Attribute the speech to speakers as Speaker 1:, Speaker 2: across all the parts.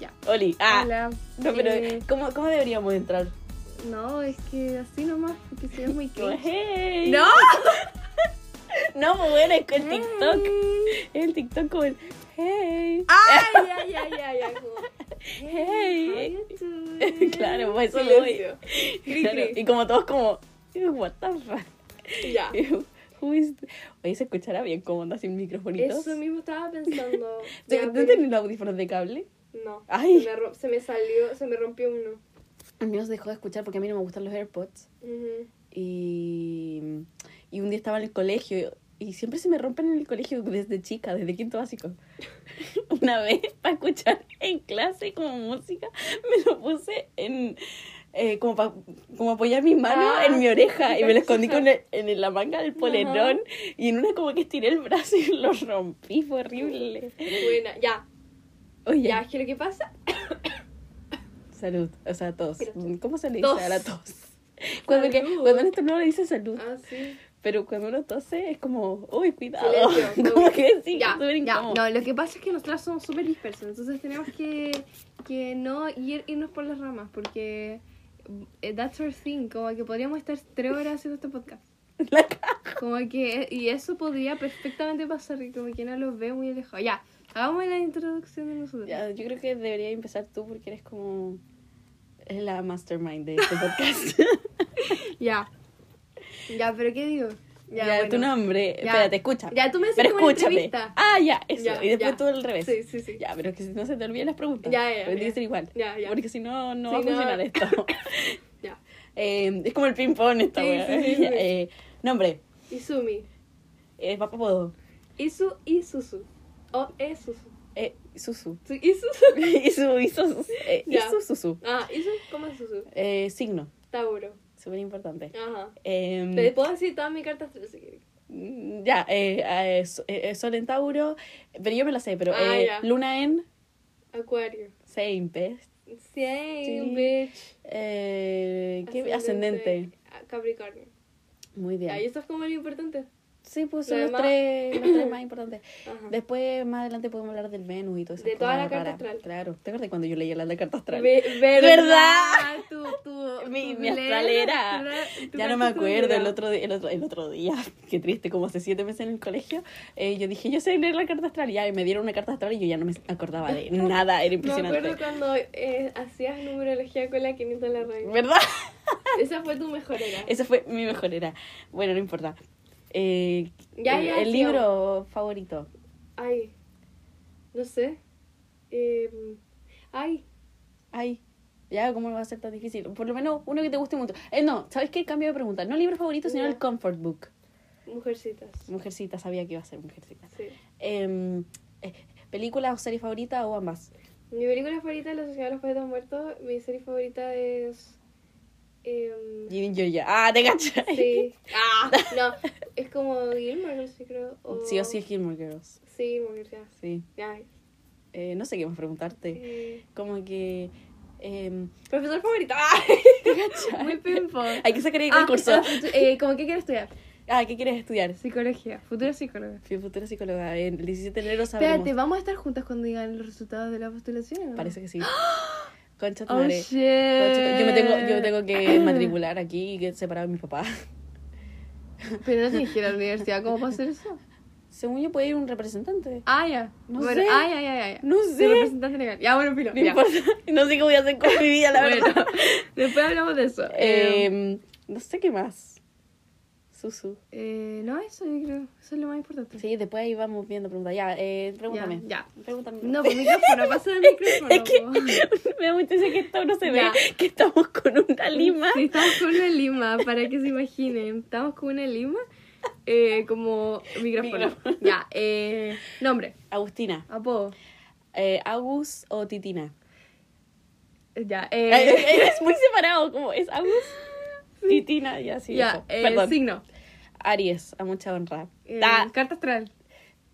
Speaker 1: Ya.
Speaker 2: Oli, ah,
Speaker 1: Hola.
Speaker 2: no, pero
Speaker 1: Eh,
Speaker 2: ¿cómo, cómo deberíamos entrar?
Speaker 1: no, es que así nomás, porque si es muy
Speaker 2: Como,
Speaker 1: cringe.
Speaker 2: hey.
Speaker 1: ¡No!
Speaker 2: No, pues bueno, es que el TikTok, el TikTok como el, hey,
Speaker 1: ¡Ay, ay, ay, ay! ay como,
Speaker 2: hey.
Speaker 1: how you doing?
Speaker 2: Claro, pues eso
Speaker 1: Silencio. Cri,
Speaker 2: Claro,
Speaker 1: cri.
Speaker 2: Y como todos como, what the fuck.
Speaker 1: Ya.
Speaker 2: Who is th- Oye, se escuchará bien cómo anda sin microfonitos.
Speaker 1: Eso mismo estaba pensando.
Speaker 2: ¿Te-
Speaker 1: Ya,
Speaker 2: ¿Tú
Speaker 1: pero-
Speaker 2: tenés los audífonos de cable?
Speaker 1: No.
Speaker 2: Ay.
Speaker 1: Se me, ro- se me salió, se me rompió uno.
Speaker 2: A mí los dejó de escuchar porque a mí no me gustan los AirPods.
Speaker 1: Ujú.
Speaker 2: Y, y un día estaba en el colegio y siempre se me rompen en el colegio desde chica, desde quinto básico. Una vez, para escuchar en clase como música, me lo puse en... eh, como, pa- como apoyar mi mano
Speaker 1: Ah,
Speaker 2: en mi oreja
Speaker 1: sí,
Speaker 2: y me lo escondí
Speaker 1: sí.
Speaker 2: con el- en la manga del polerón
Speaker 1: Ajá.
Speaker 2: y en una como que estiré el brazo y lo rompí, fue horrible.
Speaker 1: Buena, ya.
Speaker 2: Oye,
Speaker 1: Ya, es que lo que pasa.
Speaker 2: Salud, o sea, tos.
Speaker 1: Pero-
Speaker 2: ¿Cómo se le dice
Speaker 1: Tos.
Speaker 2: a la tos? Cuando, que,
Speaker 1: Salud.
Speaker 2: cuando esto no le dice salud,
Speaker 1: Ah, sí.
Speaker 2: pero cuando uno tose es como, uy, cuidado.
Speaker 1: Silencio,
Speaker 2: como
Speaker 1: uy.
Speaker 2: que sí,
Speaker 1: ya,
Speaker 2: súper
Speaker 1: ya.
Speaker 2: incómodo.
Speaker 1: No, lo que pasa es que nosotras somos súper dispersas, entonces tenemos que, que no ir, irnos por las ramas, porque eh, that's our thing, como que podríamos estar tres horas haciendo este podcast.
Speaker 2: La ca-
Speaker 1: Como que, y eso podría perfectamente pasar, y como que no los veo muy lejos. Ya, hagamos la introducción de nosotros.
Speaker 2: Ya, yo creo que debería empezar tú porque eres como eres la mastermind de este podcast.
Speaker 1: Ya. Ya, pero ¿qué digo?
Speaker 2: ya,
Speaker 1: bueno.
Speaker 2: tu nombre.
Speaker 1: Ya.
Speaker 2: Espérate, escucha.
Speaker 1: Ya, tú me haces
Speaker 2: pero
Speaker 1: como
Speaker 2: escúchame.
Speaker 1: entrevista.
Speaker 2: Ah, ya, eso.
Speaker 1: Ya,
Speaker 2: y después
Speaker 1: ya.
Speaker 2: tú al revés.
Speaker 1: Sí, sí, sí.
Speaker 2: Ya, pero que si no se te olviden las preguntas.
Speaker 1: Ya, ya,
Speaker 2: Pero tiene
Speaker 1: ya.
Speaker 2: que ser igual.
Speaker 1: Ya, ya.
Speaker 2: Porque si no, no
Speaker 1: Si
Speaker 2: va a
Speaker 1: no-
Speaker 2: funcionar esto.
Speaker 1: Ya.
Speaker 2: Eh, es como el ping-pong esta
Speaker 1: Sí,
Speaker 2: wea.
Speaker 1: sí, sí, sí.
Speaker 2: Ya, eh, nombre.
Speaker 1: Izumi.
Speaker 2: Eh, papapodo.
Speaker 1: Isu, Isusu. O Esusu.
Speaker 2: Eh, susu.
Speaker 1: Sí, Isusu.
Speaker 2: Isu, isu, eh,
Speaker 1: Ya.
Speaker 2: isu, susu.
Speaker 1: Ah, Isu, ¿cómo es Susu?
Speaker 2: Eh, signo.
Speaker 1: Tauro.
Speaker 2: Súper importante.
Speaker 1: Ajá.
Speaker 2: Em,
Speaker 1: Te puedo decir todas mis cartas tres si quieres.
Speaker 2: mm, ya, eh, eh, so- eh, eh, sol en Tauro. Pero yo me la sé, pero
Speaker 1: Ah,
Speaker 2: eh,
Speaker 1: ya.
Speaker 2: luna en
Speaker 1: Acuario.
Speaker 2: Same Pest.
Speaker 1: Same,
Speaker 2: Sí.
Speaker 1: bitch.
Speaker 2: Eh, ¿Qué ascendente?
Speaker 1: A- Capricornio.
Speaker 2: Muy bien.
Speaker 1: Ahí eso es como lo importante.
Speaker 2: Sí, pues
Speaker 1: Lo
Speaker 2: son los
Speaker 1: demás-
Speaker 2: tres, los tres más importantes.
Speaker 1: Ajá.
Speaker 2: Después, más adelante, podemos hablar del Venus y todo eso.
Speaker 1: De toda la carta astral.
Speaker 2: Claro. ¿Te acuerdas cuando yo leía la, la carta astral?
Speaker 1: Ve-
Speaker 2: ¿Verdad?
Speaker 1: Tu, tu,
Speaker 2: Mi-
Speaker 1: tu
Speaker 2: mi
Speaker 1: leer,
Speaker 2: astralera.
Speaker 1: tu- tu
Speaker 2: Ya no me
Speaker 1: carta
Speaker 2: acuerdo, el
Speaker 1: astral.
Speaker 2: otro, di- el, otro, el otro día, qué triste, como hace siete meses en el colegio, eh, yo dije, yo sé leer la carta astral, y ya, y me dieron una carta astral y yo ya no me acordaba de nada, era
Speaker 1: Me acuerdo
Speaker 2: impresionante.
Speaker 1: cuando eh, hacías numerología con la 500 de la radio.
Speaker 2: ¿Verdad?
Speaker 1: Esa fue tu mejor era.
Speaker 2: Esa fue mi mejor era. Bueno, no importa. Eh,
Speaker 1: Ya,
Speaker 2: el-
Speaker 1: ya,
Speaker 2: el
Speaker 1: sí,
Speaker 2: libro favorito.
Speaker 1: Ay, no sé. Eh, ay,
Speaker 2: Ay, ya, ¿cómo va a ser tan difícil? Por lo menos uno que te guste mucho. Eh, no, ¿sabes qué? Cambio de pregunta. No libro favorito, sino
Speaker 1: Ya.
Speaker 2: el comfort book.
Speaker 1: mujercitas.
Speaker 2: Mujercita, sabía que iba a ser mujercita.
Speaker 1: Sí.
Speaker 2: Em, eh, ¿Película o serie favorita o ambas?
Speaker 1: Mi película favorita es La Sociedad de los Poetas Muertos. Mi serie favorita es. em,
Speaker 2: Ginny Georgia. Ah, te cachai.
Speaker 1: sí. Ah, no. Es como Gilmore, no sé, creo. O...
Speaker 2: Sí o sí es Gilmore Girls.
Speaker 1: Sí, Mujercitas.
Speaker 2: Sí.
Speaker 1: Ay,
Speaker 2: Eh, no sé qué más preguntarte.
Speaker 1: eh,
Speaker 2: Como que. em,
Speaker 1: Profesor favorito. Ah,
Speaker 2: ¿te cachai?
Speaker 1: Muy pimpo.
Speaker 2: Hay que sacar el
Speaker 1: Ah,
Speaker 2: curso.
Speaker 1: ah, eh, ¿Cómo qué quieres estudiar?
Speaker 2: Ah, ¿qué quieres estudiar?
Speaker 1: Psicología, futura psicóloga.
Speaker 2: Fui futura psicóloga. El 17 de enero sabremos.
Speaker 1: Espérate, ¿vamos a estar juntas cuando digan los resultados de la postulación? o no?
Speaker 2: Parece que sí. Concha tu
Speaker 1: Oh,
Speaker 2: madre.
Speaker 1: shit.
Speaker 2: Concha tu- Yo me tengo, yo me tengo que matricular aquí y que separar a mi papá.
Speaker 1: Pero no tienes que ir a la universidad, ¿cómo va a hacer eso?
Speaker 2: Según yo puede ir un representante.
Speaker 1: Ah, ya.
Speaker 2: No
Speaker 1: bueno,
Speaker 2: sé.
Speaker 1: Ay, ay, ay, ay.
Speaker 2: No
Speaker 1: Tu
Speaker 2: sé.
Speaker 1: representante legal. Ya, bueno, filo.
Speaker 2: No
Speaker 1: ya.
Speaker 2: importa. No sé qué voy a hacer con mi vida, la
Speaker 1: Bueno,
Speaker 2: verdad.
Speaker 1: después hablamos de eso. Eh,
Speaker 2: Em, no sé qué más. Susu.
Speaker 1: eh, no, eso yo creo. Eso es lo más importante.
Speaker 2: Sí, después ahí vamos viendo preguntas. Ya, eh, pregúntame.
Speaker 1: Ya,
Speaker 2: Pregúntame.
Speaker 1: No, por micrófono, pasa el micrófono.
Speaker 2: Es que
Speaker 1: po.
Speaker 2: me da mucha risa que esto no se
Speaker 1: Ya.
Speaker 2: ve, que estamos con una lima.
Speaker 1: Sí, estamos con una lima, para que se imaginen. Estamos con una lima eh, como micrófono.
Speaker 2: Micrófono.
Speaker 1: Ya, eh, nombre,
Speaker 2: Agustina,
Speaker 1: apodo.
Speaker 2: eh, Agus o Titina.
Speaker 1: Ya,
Speaker 2: Eh,
Speaker 1: eh,
Speaker 2: eh, es muy separado, como es Agus, Titina y así.
Speaker 1: ya, eh,
Speaker 2: Perdón.
Speaker 1: signo.
Speaker 2: Aries, a mucha honra.
Speaker 1: Eh,
Speaker 2: Da-
Speaker 1: Carta astral.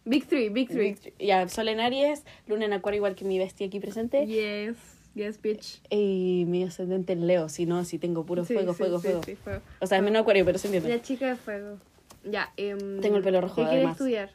Speaker 1: Big Three, Big Three.
Speaker 2: Ya, Sol en Aries, Luna en Acuario, igual que mi bestia aquí presente.
Speaker 1: Yes, yes, bitch.
Speaker 2: Y mi ascendente en Leo, si no, si tengo puro
Speaker 1: Sí,
Speaker 2: fuego,
Speaker 1: sí,
Speaker 2: fuego,
Speaker 1: sí,
Speaker 2: fuego.
Speaker 1: sí, fuego.
Speaker 2: O sea, es menos Acuario, pero se entiende.
Speaker 1: La chica de fuego. Ya, em,
Speaker 2: Tengo el pelo rojo,
Speaker 1: ¿Qué quieres
Speaker 2: además.
Speaker 1: estudiar?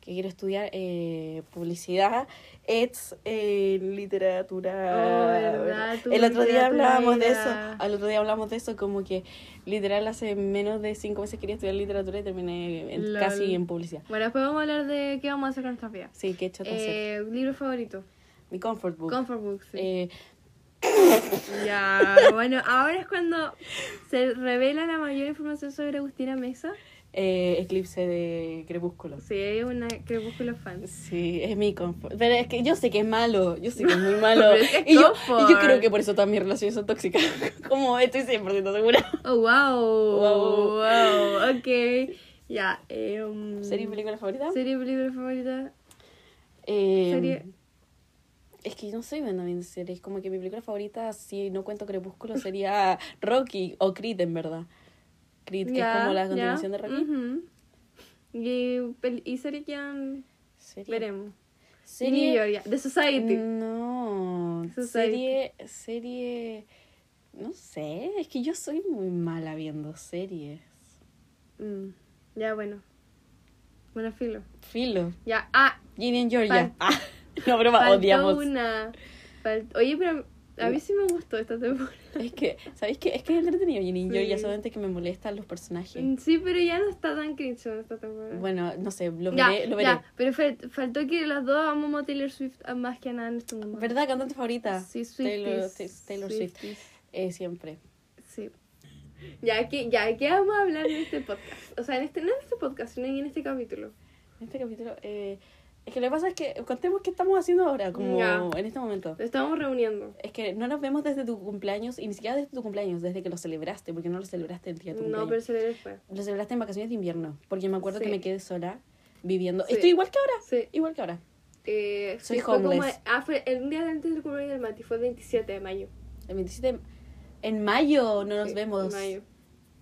Speaker 2: que quiero estudiar eh, publicidad, es eh, literatura.
Speaker 1: Oh, verdad, tu
Speaker 2: El otro día
Speaker 1: literatura
Speaker 2: hablábamos de eso,
Speaker 1: era-
Speaker 2: al otro día hablamos de eso, como que literal hace menos de cinco meses quería estudiar literatura y terminé en-
Speaker 1: Lol.
Speaker 2: casi en publicidad.
Speaker 1: Bueno, después vamos a hablar de qué vamos a hacer con nuestras vidas.
Speaker 2: Sí, qué chata hacer.
Speaker 1: Eh, libro favorito.
Speaker 2: Mi comfort book.
Speaker 1: Comfort Books. sí.
Speaker 2: Eh,
Speaker 1: Ya, bueno, ahora es cuando se revela la mayor información sobre Agustina Mesa.
Speaker 2: eh, Eclipse de Crepúsculo.
Speaker 1: Sí, es una crepúsculo fan.
Speaker 2: Sí, es mi confort. Pero es que yo sé que es malo, yo sé que es muy malo.
Speaker 1: Pero es que es
Speaker 2: y, yo,
Speaker 1: confort.
Speaker 2: y yo creo que por eso todas mis relaciones son tóxicas. Como estoy 100% segura.
Speaker 1: Oh, wow.
Speaker 2: Wow.
Speaker 1: Wow, ok. Ya. Eh, um,
Speaker 2: ¿Serie y película favorita?
Speaker 1: Serie y película favorita.
Speaker 2: Eh,
Speaker 1: Serie.
Speaker 2: Es que yo no soy buena bien de series. Como que mi película favorita, si no cuento Crepúsculo, sería Rocky o Creed, en verdad. Creed, que es
Speaker 1: Ya,
Speaker 2: como la
Speaker 1: ya.
Speaker 2: continuación de Rocky.
Speaker 1: Ujú. y, pel- y serie que han-
Speaker 2: Serie.
Speaker 1: veremos. New
Speaker 2: Serie.
Speaker 1: York, ya. The Society.
Speaker 2: No.
Speaker 1: Society.
Speaker 2: Serie. Serie. No sé. Es que yo soy muy mala viendo series.
Speaker 1: Mm, Ya, bueno. Bueno, filo.
Speaker 2: Filo.
Speaker 1: Ya. Ah,
Speaker 2: Ginny and Georgia.
Speaker 1: Fal-
Speaker 2: Ah, no, broma,
Speaker 1: faltó
Speaker 2: odiamos.
Speaker 1: una. Fal- Oye, pero a mí sí me gustó esta temporada.
Speaker 2: Es que, ¿sabéis qué? Es que es entretenido Ginny and
Speaker 1: Sí.
Speaker 2: Georgia, solamente que me molestan los personajes.
Speaker 1: Sí, pero ya no está tan cringe esta temporada.
Speaker 2: Bueno, no sé, lo
Speaker 1: Mm. ya,
Speaker 2: veré, lo veré.
Speaker 1: ya, pero fal- faltó que las dos amamos a Taylor Swift a- más que a nada en este mundo.
Speaker 2: ¿Verdad? Cantante favorita.
Speaker 1: Sí,
Speaker 2: Taylor,
Speaker 1: Swifties,
Speaker 2: Ta- Taylor Swift.
Speaker 1: Swifties,
Speaker 2: Eh, siempre.
Speaker 1: Sí. Ya que, ya que vamos a hablar en este podcast. O sea, en este, no en este podcast, sino en este capítulo.
Speaker 2: En este capítulo, eh, es que lo que pasa es que contemos qué estamos haciendo ahora, como
Speaker 1: Ya.
Speaker 2: en este momento.
Speaker 1: Lo estamos reuniendo.
Speaker 2: Es que no nos vemos desde tu cumpleaños, y ni siquiera desde tu cumpleaños, desde que lo celebraste, porque no lo celebraste el día de tu
Speaker 1: No,
Speaker 2: cumpleaños.
Speaker 1: pero se le después.
Speaker 2: Lo celebraste en vacaciones de invierno, porque me acuerdo
Speaker 1: Sí.
Speaker 2: que me quedé sola viviendo.
Speaker 1: Sí.
Speaker 2: Estoy igual que ahora,
Speaker 1: Sí.
Speaker 2: igual que ahora.
Speaker 1: Eh,
Speaker 2: Soy
Speaker 1: sí, fue como-
Speaker 2: homeless.
Speaker 1: ah, fue el día antes del cumpleaños del Mati, fue el 27 de mayo.
Speaker 2: El 27 en mayo no nos
Speaker 1: Sí,
Speaker 2: vemos.
Speaker 1: mayo.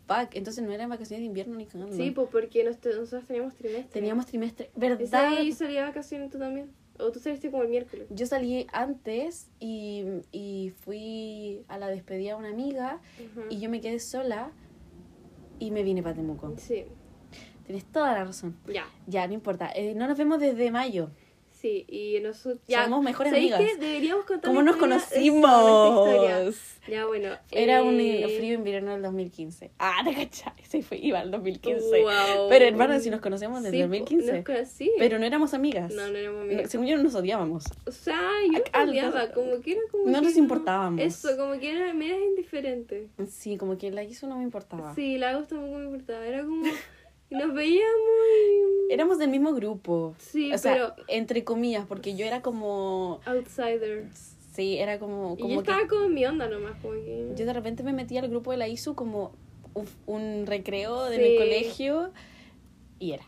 Speaker 2: Fuck, entonces no eran vacaciones de invierno ni cagando.
Speaker 1: Sí, pues porque nos- nosotros teníamos trimestre.
Speaker 2: Teníamos trimestre.
Speaker 1: Ese
Speaker 2: ¿Verdad?
Speaker 1: día yo salí de vacaciones tú también. O tú saliste como el miércoles.
Speaker 2: Yo salí antes y, y fui a la despedida de una amiga
Speaker 1: Ajá.
Speaker 2: y yo me quedé sola y me vine para Temuco.
Speaker 1: Sí,
Speaker 2: Tienes toda la razón.
Speaker 1: ya.
Speaker 2: Ya, no importa. Eh, no nos vemos desde mayo.
Speaker 1: Sí, y nosotros.
Speaker 2: Somos mejores
Speaker 1: ¿sabéis
Speaker 2: amigas.
Speaker 1: qué? Deberíamos contar
Speaker 2: ¿Cómo
Speaker 1: la
Speaker 2: nos
Speaker 1: historia- esa- esta historia.
Speaker 2: conocimos?
Speaker 1: Ya, bueno.
Speaker 2: Era un
Speaker 1: eh,
Speaker 2: frío invierno del 2015. Ah, te cachai. Ese fue, iba al 2015.
Speaker 1: wow.
Speaker 2: Pero hermano, si nos conocemos desde
Speaker 1: Sí,
Speaker 2: el 2015.
Speaker 1: Nos conocí.
Speaker 2: Pero no éramos amigas.
Speaker 1: No, no éramos
Speaker 2: No,
Speaker 1: amigas.
Speaker 2: Según yo, no nos odiábamos.
Speaker 1: O sea, yo
Speaker 2: Ac- algo-
Speaker 1: no odiaba, como que era como.
Speaker 2: No
Speaker 1: que
Speaker 2: nos importábamos.
Speaker 1: Eso, como que era, me eras indiferente.
Speaker 2: Sí, como que la hizo no me importaba.
Speaker 1: Sí, la Agus tampoco me importaba. Era como. Nos veíamos y.
Speaker 2: Éramos del mismo grupo.
Speaker 1: Sí,
Speaker 2: o sea,
Speaker 1: pero.
Speaker 2: entre comillas, porque yo era como.
Speaker 1: Outsider.
Speaker 2: Sí, era como.
Speaker 1: Y yo
Speaker 2: como que,
Speaker 1: estaba como en mi onda nomás, como que.
Speaker 2: yo de repente me metí al grupo de la ISU como un, un recreo de
Speaker 1: Sí.
Speaker 2: mi colegio y era.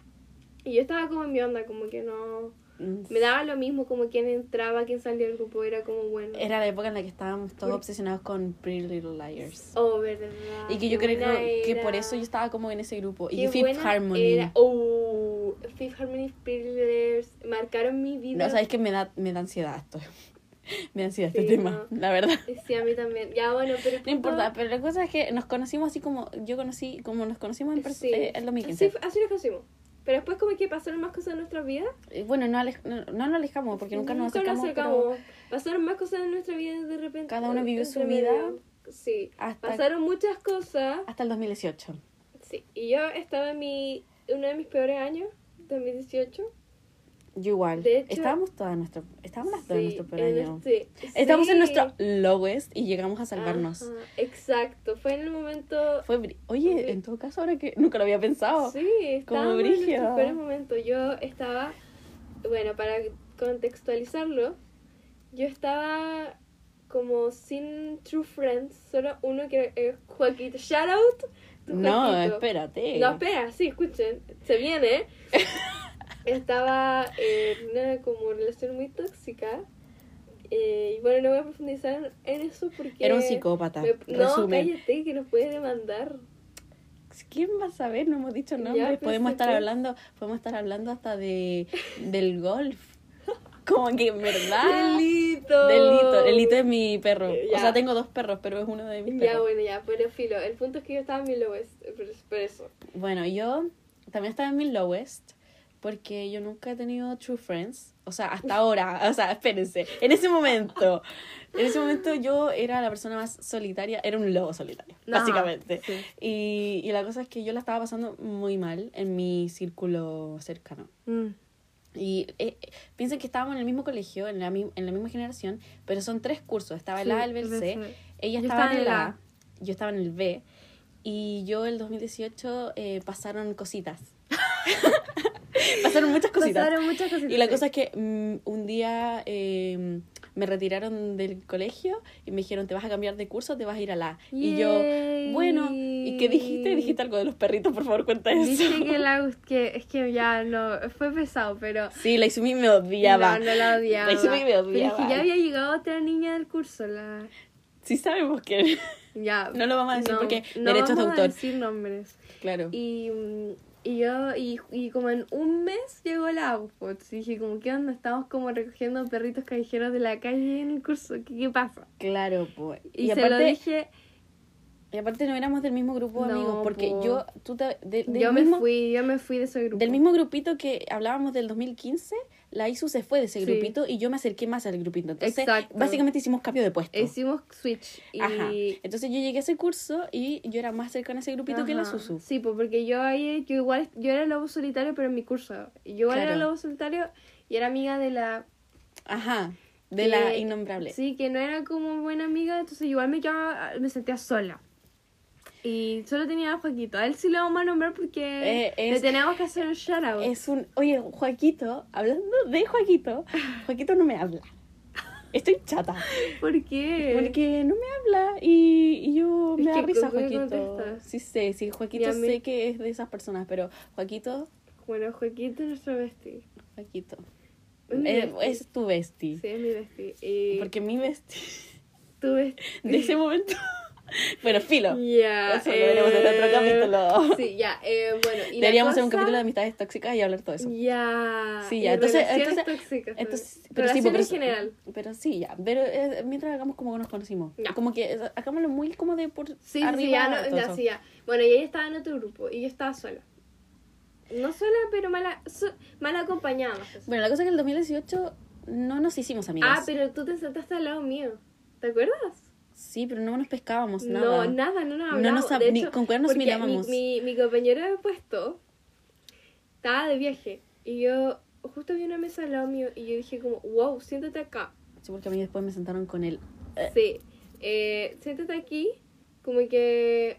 Speaker 1: Y yo estaba como en mi onda, como que no.
Speaker 2: Mm,
Speaker 1: Me daba lo mismo, como quién entraba, quién salía del grupo, era como bueno.
Speaker 2: Era la época en la que estábamos todos
Speaker 1: Por-
Speaker 2: obsesionados con Pretty Little Liars.
Speaker 1: Oh, verdad.
Speaker 2: Y que yo
Speaker 1: qué
Speaker 2: creo
Speaker 1: buena
Speaker 2: que, que por
Speaker 1: era.
Speaker 2: eso yo estaba como en ese grupo.
Speaker 1: Qué
Speaker 2: Y Fifth
Speaker 1: buena
Speaker 2: Harmony.
Speaker 1: Era. Oh, Fifth Harmony Pillars marcaron mi vida.
Speaker 2: No, sabes que me da, me da ansiedad esto. me da ansiedad
Speaker 1: Sí,
Speaker 2: este tema,
Speaker 1: no.
Speaker 2: la verdad.
Speaker 1: Eh, Sí, a mí también. Ya, bueno, pero.
Speaker 2: No importa, pero la cosa es que nos conocimos así como yo conocí, como nos conocimos en, pers-
Speaker 1: Sí.
Speaker 2: eh, en 2015.
Speaker 1: Así, fue- así nos conocimos. Pero después, como que pasaron más cosas en nuestra vida. Mm,
Speaker 2: Eh, Bueno, no, alej- no, no nos alejamos porque nunca nos acercamos, pero
Speaker 1: acercamos. Pasaron más cosas en nuestra vida de repente.
Speaker 2: Cada uno vivió su
Speaker 1: entre
Speaker 2: vida.
Speaker 1: medio. Sí.
Speaker 2: hasta,
Speaker 1: Pasaron muchas cosas.
Speaker 2: hasta el 2018.
Speaker 1: Sí. Y yo estaba en mi, uno de mis peores años, 2018.
Speaker 2: Yo igual.
Speaker 1: De hecho-
Speaker 2: estábamos todas en nuestro, estábamos las dos en nuestro peor
Speaker 1: en
Speaker 2: año.
Speaker 1: este-
Speaker 2: Estábamos en
Speaker 1: sí.
Speaker 2: nuestro lowest y llegamos a salvarnos.
Speaker 1: Ajá, exacto, fue en el momento.
Speaker 2: Fue bri- Oye,
Speaker 1: Sí.
Speaker 2: en todo caso, ahora que nunca lo había pensado.
Speaker 1: Sí, estábamos en
Speaker 2: brígido.
Speaker 1: nuestros peores momentos. Yo estaba, bueno, para contextualizarlo, yo estaba como sin true friends, solo uno que es Joaquito. Shout out. tu
Speaker 2: no,
Speaker 1: Joaquito.
Speaker 2: espérate.
Speaker 1: No, espera, sí, escuchen, se viene. Estaba en una como relación muy tóxica. eh, y bueno, no voy a profundizar en eso porque...
Speaker 2: Era un psicópata.
Speaker 1: me- no,
Speaker 2: Resumen.
Speaker 1: cállate, que nos puede demandar.
Speaker 2: ¿Quién va a saber? No hemos dicho nombres.
Speaker 1: pues,
Speaker 2: podemos
Speaker 1: sí,
Speaker 2: estar
Speaker 1: pues.
Speaker 2: hablando, podemos estar hablando hasta de del golf. Como que en verdad.
Speaker 1: Delito.
Speaker 2: Ah, Delito. Delito es mi perro.
Speaker 1: Eh,
Speaker 2: O
Speaker 1: ya.
Speaker 2: sea, tengo dos perros, pero es uno de mis
Speaker 1: Ya,
Speaker 2: perros.
Speaker 1: bueno, ya, pero filo. El punto es que yo estaba en mi lowest, por, por eso.
Speaker 2: Bueno, yo también estaba en mi lowest. Porque yo nunca he tenido true friends. O sea, hasta ahora. O sea, espérense. En ese momento. En ese momento yo era la persona más solitaria. Era un lobo solitario,
Speaker 1: Ajá,
Speaker 2: básicamente.
Speaker 1: sí.
Speaker 2: Y, y la cosa es que yo la estaba pasando muy mal en mi círculo cercano.
Speaker 1: Mm.
Speaker 2: Y eh, eh, piensen que estábamos en el mismo colegio, en la, mi- en la misma generación, pero son tres cursos. Estaba el A, el B, el C. Ella
Speaker 1: Yo
Speaker 2: estaba en el A, yo estaba en el B. Y yo el 2018 eh, pasaron cositas. pasaron muchas cositas.
Speaker 1: Pasaron muchas cositas.
Speaker 2: Y la cosa es que mm, un día eh, me retiraron del colegio y me dijeron, te vas a cambiar de curso, te vas a ir a la. Y yo, bueno, ¿y qué dijiste? Dijiste algo de los perritos, por favor, cuenta eso.
Speaker 1: Dije que la gust- que es que ya no fue pesado, pero
Speaker 2: Sí, la Izumi me odiaba.
Speaker 1: no, no la odiaba.
Speaker 2: La Izumi me
Speaker 1: Pero es
Speaker 2: odiaba.
Speaker 1: que ya había llegado otra niña del curso, la
Speaker 2: Sí sabemos que...
Speaker 1: ya
Speaker 2: No lo vamos a decir porque
Speaker 1: no
Speaker 2: derechos de
Speaker 1: vamos a
Speaker 2: autor.
Speaker 1: decir nombres.
Speaker 2: Claro.
Speaker 1: Y, mm, y yo y, y como en un mes llegó la outfit y dije como qué onda, estamos como recogiendo perritos callejeros de la calle en el curso, ¿qué, qué pasa?
Speaker 2: Claro, pues.
Speaker 1: Y, se lo dije,
Speaker 2: y aparte no éramos del mismo grupo de
Speaker 1: No,
Speaker 2: amigos, porque
Speaker 1: po.
Speaker 2: yo, tú te- de- del
Speaker 1: yo
Speaker 2: mismo,
Speaker 1: me fui, yo me fui de ese grupo.
Speaker 2: Del mismo grupito que hablábamos del 2015, la ISU se fue de ese
Speaker 1: Sí.
Speaker 2: grupito y yo me acerqué más al grupito. Entonces,
Speaker 1: Exacto.
Speaker 2: básicamente hicimos cambio de puesto.
Speaker 1: Hicimos switch y
Speaker 2: Ajá. Entonces yo llegué a ese curso y yo era más cercana a ese grupito que la
Speaker 1: Ajá.
Speaker 2: Susu.
Speaker 1: Sí, pues porque yo ahí, yo igual, yo era lobo solitario, pero en mi curso. Yo igual era
Speaker 2: Claro.
Speaker 1: lobo solitario y era amiga de la...
Speaker 2: Ajá. De
Speaker 1: que-
Speaker 2: la innombrable.
Speaker 1: Sí, que no era como buena amiga, entonces igual me quedaba, me sentía sola. Y solo tenía a Joaquito. A él sí lo vamos a nombrar porque
Speaker 2: Eh, es-
Speaker 1: le tenemos que hacer un shout out.
Speaker 2: Es un. Oye, Joaquito, hablando de Joaquito, Joaquito no me habla. Estoy chata.
Speaker 1: ¿Por qué?
Speaker 2: Porque no me habla y, y yo
Speaker 1: Es
Speaker 2: me da
Speaker 1: que
Speaker 2: risa
Speaker 1: ¿con qué
Speaker 2: Joaquito.
Speaker 1: contestas?
Speaker 2: Sí sé, sí, Joaquito
Speaker 1: a mí-
Speaker 2: sé que es de esas personas, pero Joaquito,
Speaker 1: Bueno, Joaquito es nuestro bestie.
Speaker 2: Joaquito.
Speaker 1: Es mi
Speaker 2: eh,
Speaker 1: bestie.
Speaker 2: es tu bestie.
Speaker 1: Sí, es mi bestie. Y
Speaker 2: Porque mi bestie
Speaker 1: tu bestie.
Speaker 2: de ese momento. bueno, filo.
Speaker 1: Ya. eh,
Speaker 2: Eso lo veremos en otro capítulo.
Speaker 1: Sí, ya. eh, bueno, y la
Speaker 2: Deberíamos hacer un
Speaker 1: cosa-
Speaker 2: capítulo de amistades tóxicas y hablar todo eso.
Speaker 1: Ya.
Speaker 2: Sí,
Speaker 1: y
Speaker 2: ya, entonces-
Speaker 1: relaciones
Speaker 2: entonces-
Speaker 1: tóxicas.
Speaker 2: Entonces,
Speaker 1: también.
Speaker 2: pero sí, pues,
Speaker 1: Relaciones
Speaker 2: pero-
Speaker 1: en general.
Speaker 2: Pero sí, ya. Pero eh, mientras hagamos como que nos conocimos.
Speaker 1: Ya.
Speaker 2: Como que eh, hagámoslo muy como de por
Speaker 1: Sí, sí,
Speaker 2: arriba.
Speaker 1: sí, ya, no-
Speaker 2: todo
Speaker 1: ya,
Speaker 2: eso.
Speaker 1: sí, ya. Bueno, y ella estaba en otro grupo y yo estaba sola. No sola, pero mala, so- mal acompañada. más o menos.
Speaker 2: Bueno, la cosa es que en el 2018 no nos hicimos amigas.
Speaker 1: ah, pero tú te sentaste al lado mío. ¿Te acuerdas?
Speaker 2: Sí, pero no nos pescábamos
Speaker 1: No,
Speaker 2: nada.
Speaker 1: nada, no nos
Speaker 2: No nos
Speaker 1: hablábamos.
Speaker 2: hab-
Speaker 1: de
Speaker 2: ni
Speaker 1: hecho,
Speaker 2: con cuernos
Speaker 1: porque
Speaker 2: mirábamos.
Speaker 1: Mi, mi, mi compañero de puesto estaba de viaje y yo justo vi una mesa al lado mío y yo dije como, wow, siéntate acá.
Speaker 2: Sí, porque a mí después me sentaron con él. Eh.
Speaker 1: Sí. Eh, siéntate aquí, como que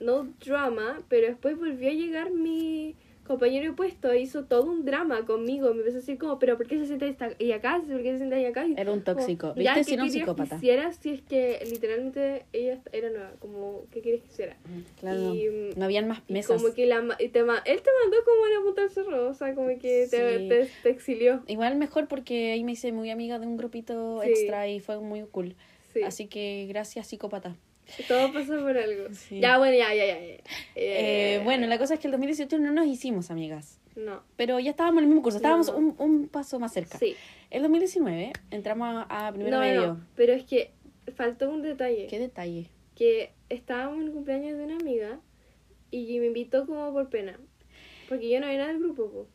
Speaker 1: no drama, pero después volvió a llegar mi compañero opuesto e hizo todo un drama conmigo. Me empezó a decir como, pero ¿por qué se sienta esta- y acá? ¿Por qué se sienta y acá? Y
Speaker 2: Era un
Speaker 1: como,
Speaker 2: tóxico. ¿Viste?
Speaker 1: ya, ¿qué
Speaker 2: Si era un
Speaker 1: querías
Speaker 2: psicópata.
Speaker 1: que hiciera si es que literalmente ella era nueva? Como, ¿qué quieres que hiciera?
Speaker 2: Claro.
Speaker 1: Y, mm,
Speaker 2: no habían más
Speaker 1: Y
Speaker 2: mesas.
Speaker 1: Como que la, ma- y te ma- él te mandó como a la punta del cerro, o sea, como que te,
Speaker 2: Sí.
Speaker 1: te- te exilió.
Speaker 2: Igual mejor porque ahí me hice muy amiga de un grupito
Speaker 1: Sí.
Speaker 2: extra y fue muy cool.
Speaker 1: Sí.
Speaker 2: Así que gracias, psicópata.
Speaker 1: Todo pasa por algo.
Speaker 2: Sí.
Speaker 1: Ya, bueno, ya, ya, ya. ya.
Speaker 2: Eh,
Speaker 1: Eh,
Speaker 2: bueno, la cosa es que el 2018 no nos hicimos amigas.
Speaker 1: No.
Speaker 2: Pero ya estábamos en el mismo curso, estábamos
Speaker 1: No.
Speaker 2: un, un paso más cerca.
Speaker 1: Sí.
Speaker 2: El 2019 entramos a, a primero
Speaker 1: No,
Speaker 2: medio.
Speaker 1: no, pero es que faltó un detalle.
Speaker 2: Qué detalle.
Speaker 1: Que estábamos en el cumpleaños de una amiga y me invitó como por pena. Porque yo no era del grupo. po.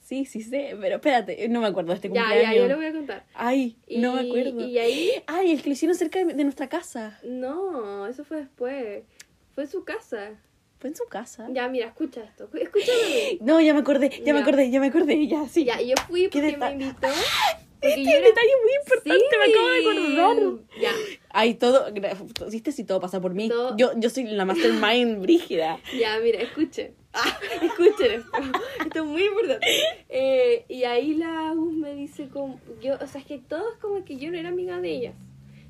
Speaker 2: Sí, sí sé, pero espérate, no me acuerdo de este
Speaker 1: Ya,
Speaker 2: cumpleaños.
Speaker 1: ya, yo lo voy a contar.
Speaker 2: Ay,
Speaker 1: Y-
Speaker 2: no me acuerdo.
Speaker 1: Y ahí,
Speaker 2: Ay, el que lo hicieron cerca de, de nuestra casa.
Speaker 1: no, eso fue después. Fue en su casa.
Speaker 2: Fue en su casa.
Speaker 1: Ya, mira, escucha esto. escu- Escúchame.
Speaker 2: No, ya me acordé, ya, me
Speaker 1: Ya.
Speaker 2: acordé, ya me acordé, ya, sí.
Speaker 1: Ya, yo fui
Speaker 2: ¿Qué
Speaker 1: porque me
Speaker 2: detalle?
Speaker 1: invitó.
Speaker 2: este
Speaker 1: Porque
Speaker 2: es
Speaker 1: yo
Speaker 2: un
Speaker 1: era...
Speaker 2: detalle muy importante, me acabo de acordar.
Speaker 1: Sí. Ya,
Speaker 2: Ay, todo, gra- viste si todo pasa por mí.
Speaker 1: Todo-
Speaker 2: Yo, yo soy la mastermind brígida.
Speaker 1: Ya, mira, escuchen. Ah, escuchen esto. Esto es muy importante. Eh, y ahí la Gus me dice como... Yo, o sea, es que todos como que yo no era amiga de ellas.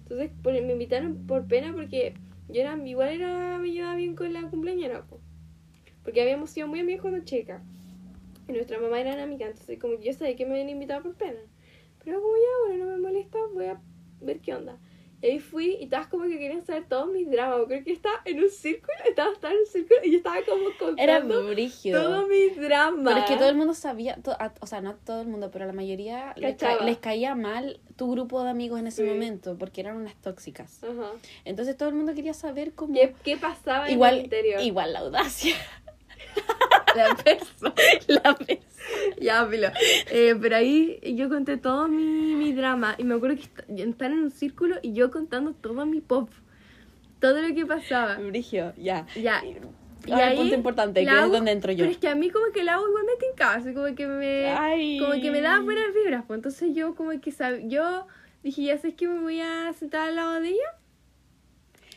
Speaker 1: Entonces por- me invitaron por pena porque yo era, igual era, me llevaba bien con la cumpleañera. po. Porque habíamos sido muy amigas cuando chica. Y nuestra mamá era amiga. Entonces como que yo sabía que me habían invitado por pena. Pero como ya, bueno, no me molesta, voy a ver qué onda. Y ahí fui y todas como que querían saber todos mis dramas. Creo que estaba en un círculo, estaba, estaba en un círculo y yo estaba como
Speaker 2: Era
Speaker 1: contando
Speaker 2: brígido.
Speaker 1: todos mis dramas.
Speaker 2: Pero es que todo el mundo sabía, to- a- o sea, no todo el mundo, pero a la mayoría les, ca-
Speaker 1: Cachaba.
Speaker 2: les caía mal tu grupo de amigos en ese
Speaker 1: Sí.
Speaker 2: momento, porque eran unas tóxicas.
Speaker 1: Ajá.
Speaker 2: Entonces todo el mundo quería saber cómo...
Speaker 1: ¿Qué, qué pasaba en el
Speaker 2: Igual,
Speaker 1: interior?
Speaker 2: igual la audacia. La persona. La persona.
Speaker 1: Ya, filo. Eh, pero ahí yo conté todo mi, mi drama. Y me acuerdo que est- están en un círculo y yo contando todo mi pop. Todo lo que pasaba.
Speaker 2: Mm. Brigio, ya.
Speaker 1: Ya. Y
Speaker 2: Ahora,
Speaker 1: ahí,
Speaker 2: punto importante,
Speaker 1: la
Speaker 2: que es
Speaker 1: U-
Speaker 2: donde entro yo.
Speaker 1: Pero es que a mí como que la hago igual me tincaba, así como que me...
Speaker 2: Ay.
Speaker 1: Como que me daba buenas vibras, pues entonces yo como que sab- yo dije, ya sabes que me voy a sentar al lado de ella.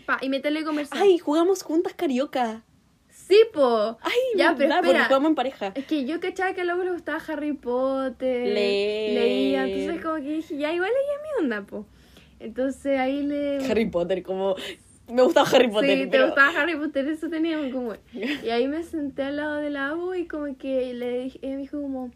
Speaker 1: Pa, y meterle conversación.
Speaker 2: Ay, jugamos juntas carioca.
Speaker 1: Sí, po.
Speaker 2: Ay,
Speaker 1: Ya,
Speaker 2: verdad,
Speaker 1: pero
Speaker 2: porque
Speaker 1: espera.
Speaker 2: jugamos en pareja.
Speaker 1: Es que yo cachaba que a Lobo le gustaba Harry Potter.
Speaker 2: Leer.
Speaker 1: Leía. Entonces como que dije, ya igual ella es mi onda, po. Entonces ahí le...
Speaker 2: Harry Potter, como. Me gustaba Harry Potter.
Speaker 1: Sí, te
Speaker 2: pero-
Speaker 1: gustaba Harry Potter, eso teníamos como... Y ahí me senté al lado de la U y como que le dije, ella me dijo como,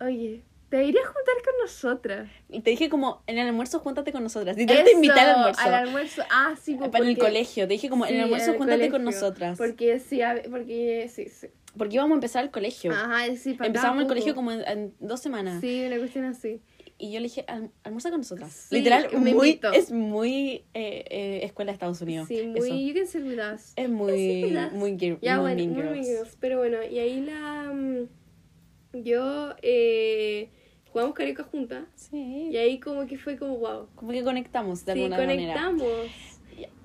Speaker 1: oye, ¿te irías a juntar con nosotras?
Speaker 2: Y te dije, como, en el almuerzo, júntate con nosotras. Y yo te invité al
Speaker 1: Eso,
Speaker 2: almuerzo.
Speaker 1: Al almuerzo, ah, sí. po,
Speaker 2: Para el
Speaker 1: porque-
Speaker 2: colegio. Te dije, como, en
Speaker 1: sí,
Speaker 2: el almuerzo,
Speaker 1: en el
Speaker 2: júntate con
Speaker 1: colegio.
Speaker 2: nosotras.
Speaker 1: Porque sí, a- porque sí, sí.
Speaker 2: Porque íbamos a empezar el colegio.
Speaker 1: Ajá, sí, Ah, faltaba
Speaker 2: Empezábamos el
Speaker 1: poco.
Speaker 2: colegio como en, en dos semanas.
Speaker 1: Sí, una cuestión así.
Speaker 2: Y yo le dije, "Alm- almuerza con nosotras.
Speaker 1: Sí,
Speaker 2: Literal,
Speaker 1: me
Speaker 2: muy,
Speaker 1: invitó.
Speaker 2: es muy eh, eh, escuela de Estados Unidos.
Speaker 1: Sí, muy,
Speaker 2: eso.
Speaker 1: you can sit with us.
Speaker 2: Es muy,
Speaker 1: Escuelas.
Speaker 2: muy, gir-
Speaker 1: Ya,
Speaker 2: muy
Speaker 1: bueno,
Speaker 2: Mean
Speaker 1: muy
Speaker 2: Girls.
Speaker 1: Mean Girls, Pero bueno, y ahí la... mm, Yo... Eh, jugamos carioca juntas.
Speaker 2: Sí.
Speaker 1: Y ahí como que fue como, wow.
Speaker 2: Como que conectamos de
Speaker 1: Sí,
Speaker 2: alguna manera.
Speaker 1: conectamos.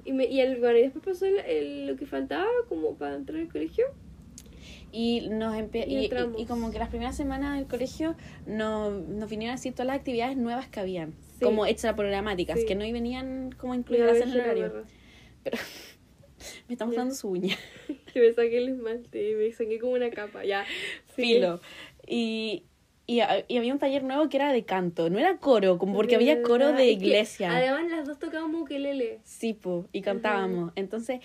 Speaker 1: Y, me, y, el, bueno, y después pasó el- el- lo que faltaba como para entrar al colegio.
Speaker 2: Y, nos empe-
Speaker 1: Y
Speaker 2: y, y-
Speaker 1: entramos.
Speaker 2: y como que las primeras semanas del colegio no- nos vinieron así todas las actividades nuevas que habían.
Speaker 1: Sí.
Speaker 2: Como extraprogramáticas,
Speaker 1: Sí.
Speaker 2: que no venían como
Speaker 1: Y a
Speaker 2: incluidas
Speaker 1: ver,
Speaker 2: en el
Speaker 1: yo me
Speaker 2: horario.
Speaker 1: acuerdo
Speaker 2: Me está mostrando su uña.
Speaker 1: Que me saqué el esmalte y me saqué como una capa, ya. Sí.
Speaker 2: Filo. Y, y, y había un taller nuevo que era de canto. No era coro, como porque había coro
Speaker 1: ¿Verdad?
Speaker 2: de
Speaker 1: Es que
Speaker 2: iglesia.
Speaker 1: además las dos tocábamos ukelele.
Speaker 2: Sí, po, y cantábamos. Entonces,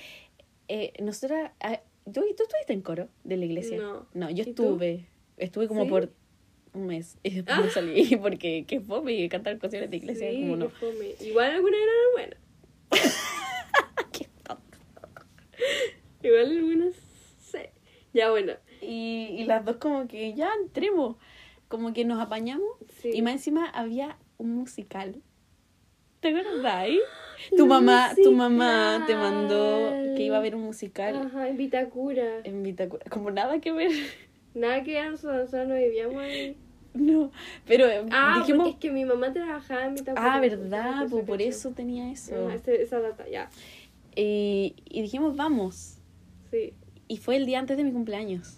Speaker 2: eh, nosotras... ah, ¿tú, ¿Tú estuviste en coro de la iglesia?
Speaker 1: No.
Speaker 2: yo
Speaker 1: ¿Y tú?
Speaker 2: estuve. Estuve como
Speaker 1: ¿Sí?
Speaker 2: por un mes. Y después me salí porque qué fome y cantar canciones de iglesia.
Speaker 1: Sí,
Speaker 2: como
Speaker 1: qué
Speaker 2: no.
Speaker 1: fome. Igual algunas eran buenas.
Speaker 2: Qué tonto.
Speaker 1: Igual algunas sé. Ya bueno.
Speaker 2: y, y las dos como que ya entremos. Como que nos apañamos.
Speaker 1: Sí.
Speaker 2: Y más encima había un musical. ¿Te acordáis? Tu mamá, tu mamá te mandó que iba a haber un musical
Speaker 1: Ajá, en Vitacura.
Speaker 2: en Vitacura. Como nada que ver.
Speaker 1: Nada que ver, nosotros nosotros no vivíamos ahí.
Speaker 2: No, pero eh,
Speaker 1: Ah,
Speaker 2: dijimos...
Speaker 1: porque es que mi mamá trabajaba en Vitacura.
Speaker 2: Ah, verdad, po,
Speaker 1: Entonces,
Speaker 2: por
Speaker 1: caché.
Speaker 2: eso tenía eso.
Speaker 1: Ajá, ese- esa data, ya.
Speaker 2: Y, y dijimos, vamos.
Speaker 1: Sí.
Speaker 2: Y fue el día antes de mi cumpleaños.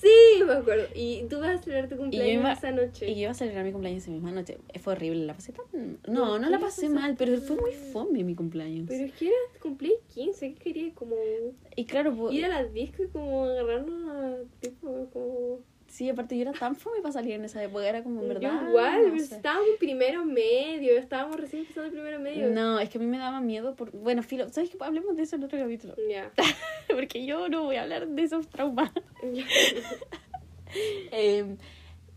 Speaker 1: Sí, me acuerdo. Y tú vas a celebrar tu cumpleaños
Speaker 2: iba-
Speaker 1: esa noche.
Speaker 2: Y yo iba a celebrar mi cumpleaños esa misma noche. Fue horrible, la pasé tan... No, no la
Speaker 1: qué la
Speaker 2: pasé
Speaker 1: pasaste
Speaker 2: mal, pero fue muy
Speaker 1: mal?
Speaker 2: fome mi cumpleaños.
Speaker 1: Pero es que era cumplir 15, que quería como
Speaker 2: Y claro, pues, po,
Speaker 1: ir a las discos y como agarrarnos a tipo como
Speaker 2: sí, aparte yo era tan fome para salir en esa época, era como, en verdad...
Speaker 1: Pues Yo igual,
Speaker 2: no
Speaker 1: pero
Speaker 2: sé.
Speaker 1: estábamos en primero medio, estábamos recién empezando el primero medio.
Speaker 2: No, es que a mí me daba miedo por... Bueno, Filo, ¿sabes qué? Hablemos de eso en otro capítulo.
Speaker 1: Ya.
Speaker 2: Porque yo no voy a hablar de esos traumas.
Speaker 1: Ya.
Speaker 2: Eh,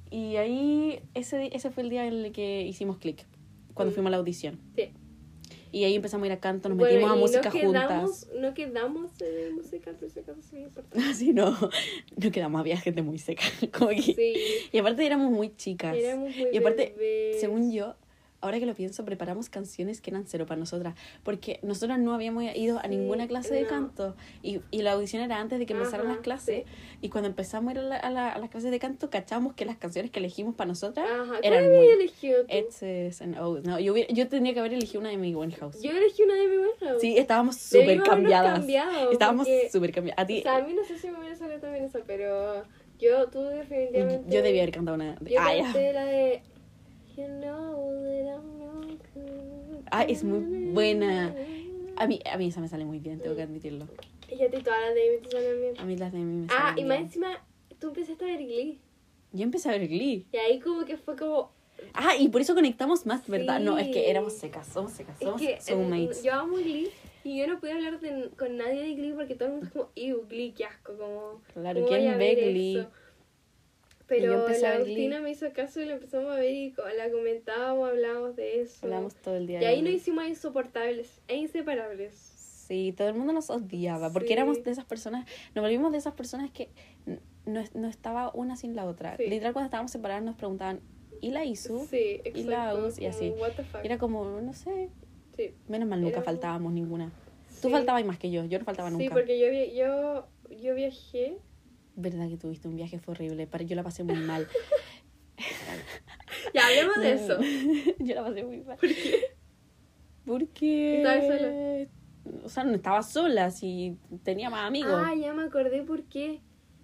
Speaker 2: y ahí, ese, di- ese fue el día en el que hicimos clic, cuando
Speaker 1: Mm.
Speaker 2: fuimos a la audición.
Speaker 1: Sí.
Speaker 2: Y ahí empezamos a ir a canto, nos
Speaker 1: Bueno,
Speaker 2: metimos a
Speaker 1: y
Speaker 2: música
Speaker 1: no
Speaker 2: juntas.
Speaker 1: quedamos, no quedamos en el musical, pero esa cosa sí me importa.
Speaker 2: Así no, no quedamos, había gente muy seca. como que-
Speaker 1: Sí,
Speaker 2: Y aparte éramos muy chicas.
Speaker 1: éramos muy
Speaker 2: Y aparte,
Speaker 1: bebés.
Speaker 2: Según yo, ahora que lo pienso, preparamos canciones que eran cero para nosotras. Porque nosotras no habíamos ido a
Speaker 1: Sí,
Speaker 2: ninguna clase de
Speaker 1: no.
Speaker 2: canto. Y, y la audición era antes de que empezaran
Speaker 1: Ajá,
Speaker 2: las clases. Y cuando empezamos a ir a, la- a la- a las clases de canto, cachamos que las canciones que elegimos para nosotras
Speaker 1: Ajá, ¿cuál
Speaker 2: eran
Speaker 1: había
Speaker 2: muy...
Speaker 1: elegido Ah, tú?
Speaker 2: Exes and O's. No, yo, hubiera- yo tenía que haber elegido una de mi One House.
Speaker 1: Yo elegí una de mi buena.
Speaker 2: Sí, estábamos súper
Speaker 1: Debimos habernos
Speaker 2: cambiadas.
Speaker 1: cambiado,
Speaker 2: Estábamos
Speaker 1: porque-
Speaker 2: súper cambiadas. A ti,
Speaker 1: O sea, a mí no sé si me hubiera salido también esa, pero yo, tú definitivamente.
Speaker 2: yo debía haber cantado una.
Speaker 1: Yo
Speaker 2: Ah, ya.
Speaker 1: canté la de. You know that I'm no good.
Speaker 2: Ah, es muy buena. A mí, a mí esa me sale muy bien, tengo que admitirlo.
Speaker 1: Y a ti todas las de mí te salen bien.
Speaker 2: A mí las de mí me
Speaker 1: Ah,
Speaker 2: salen
Speaker 1: y más
Speaker 2: bien.
Speaker 1: encima, tú empezaste a ver Glee.
Speaker 2: Yo empecé a ver Glee.
Speaker 1: Y ahí como que fue como.
Speaker 2: Ah, y por eso conectamos más, ¿verdad? No, es
Speaker 1: Sí.
Speaker 2: que éramos secas, somos secas,
Speaker 1: Es
Speaker 2: somos
Speaker 1: que eh,
Speaker 2: soulmates.
Speaker 1: yo amo Glee. Y yo no podía hablar de- con nadie de Glee porque todo el mundo es como, ew, Glee, qué asco. Como,
Speaker 2: Claro,
Speaker 1: ¿cómo
Speaker 2: ¿quién
Speaker 1: voy a
Speaker 2: ve
Speaker 1: ver
Speaker 2: Glee?
Speaker 1: eso? Pero
Speaker 2: empecé a
Speaker 1: la
Speaker 2: ver Glee.
Speaker 1: Agustina me hizo caso y lo empezamos a ver y co- la comentábamos, hablábamos de eso.
Speaker 2: Hablábamos todo el día.
Speaker 1: Y ahí
Speaker 2: de-
Speaker 1: nos hicimos insoportables e inseparables.
Speaker 2: Sí, todo el mundo nos odiaba, porque
Speaker 1: Sí.
Speaker 2: éramos de esas personas, nos volvimos de esas personas que n- no, es- no estaba una sin la otra.
Speaker 1: Sí.
Speaker 2: Literal, cuando estábamos separadas nos preguntaban, ¿y la Isu?
Speaker 1: Sí, exacto.
Speaker 2: y la Agus y
Speaker 1: como,
Speaker 2: así.
Speaker 1: What the fuck.
Speaker 2: Era como, no sé,
Speaker 1: sí,
Speaker 2: menos mal nunca
Speaker 1: Éramos-
Speaker 2: faltábamos ninguna. Tú
Speaker 1: sí.
Speaker 2: faltabas más que yo, yo no faltaba
Speaker 1: Sí,
Speaker 2: nunca.
Speaker 1: porque yo, vi- yo, yo viajé
Speaker 2: Verdad que tuviste un viaje, fue horrible. Para, yo la pasé muy mal.
Speaker 1: Ya hablemos de eso.
Speaker 2: yo la pasé muy mal.
Speaker 1: ¿Por qué?
Speaker 2: Porque.
Speaker 1: Estaba sola.
Speaker 2: O sea, no estaba sola, si tenía más amigos.
Speaker 1: Ah, ya me acordé por qué.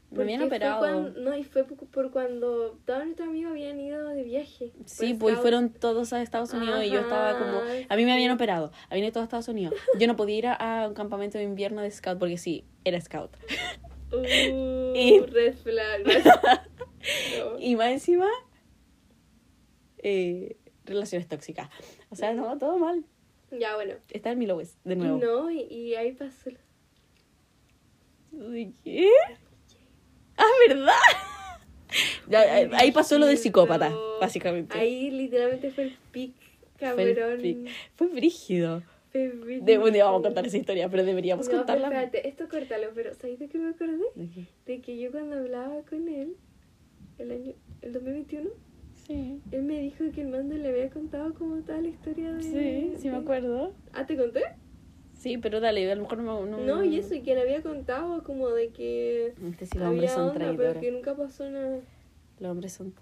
Speaker 2: me habían
Speaker 1: Porque fue
Speaker 2: operado.
Speaker 1: cuan- no, y fue por, por cuando todos nuestros amigos habían ido de viaje.
Speaker 2: Sí,
Speaker 1: Por
Speaker 2: pues
Speaker 1: scout.
Speaker 2: fueron todos a Estados Unidos y yo estaba como.
Speaker 1: Ajá,
Speaker 2: A mí me habían
Speaker 1: sí.
Speaker 2: operado, habían ido todos a Estados Unidos. Yo no podía ir a, a un campamento de invierno de scout porque sí, era scout.
Speaker 1: Uh,
Speaker 2: Y-
Speaker 1: Red flag. No.
Speaker 2: Y más encima, eh, relaciones tóxicas. O sea, no, todo mal.
Speaker 1: Ya, bueno.
Speaker 2: Está en mi West, de
Speaker 1: Y
Speaker 2: nuevo.
Speaker 1: No, y, y ahí pasó. la-
Speaker 2: ¿De qué? Ah, ¿verdad? Ya, ahí- ahí pasó lo de psicópata,
Speaker 1: No.
Speaker 2: básicamente.
Speaker 1: Ahí literalmente fue el pic,
Speaker 2: Fue el
Speaker 1: cabrón.
Speaker 2: pic. Fue brígido.
Speaker 1: Fue
Speaker 2: De, un día vamos a
Speaker 1: brígido.
Speaker 2: contar esa historia, pero deberíamos
Speaker 1: No, pero
Speaker 2: contarla.
Speaker 1: espérate, esto córtalo, pero ¿sabes de qué me acordé?
Speaker 2: ¿De qué?
Speaker 1: De que yo cuando hablaba con él, el año, el 2021,
Speaker 2: Sí.
Speaker 1: él me dijo que el mando le había contado como toda la historia de...
Speaker 2: Sí, sí me
Speaker 1: de-
Speaker 2: acuerdo.
Speaker 1: ¿Ah, te conté?
Speaker 2: Sí, pero dale, a lo mejor no... No,
Speaker 1: No, y eso, y que le había contado como de que...
Speaker 2: Este sí, los hombres
Speaker 1: había
Speaker 2: son
Speaker 1: onda,
Speaker 2: traidores.
Speaker 1: Pero que nunca pasó nada.
Speaker 2: Los hombres son...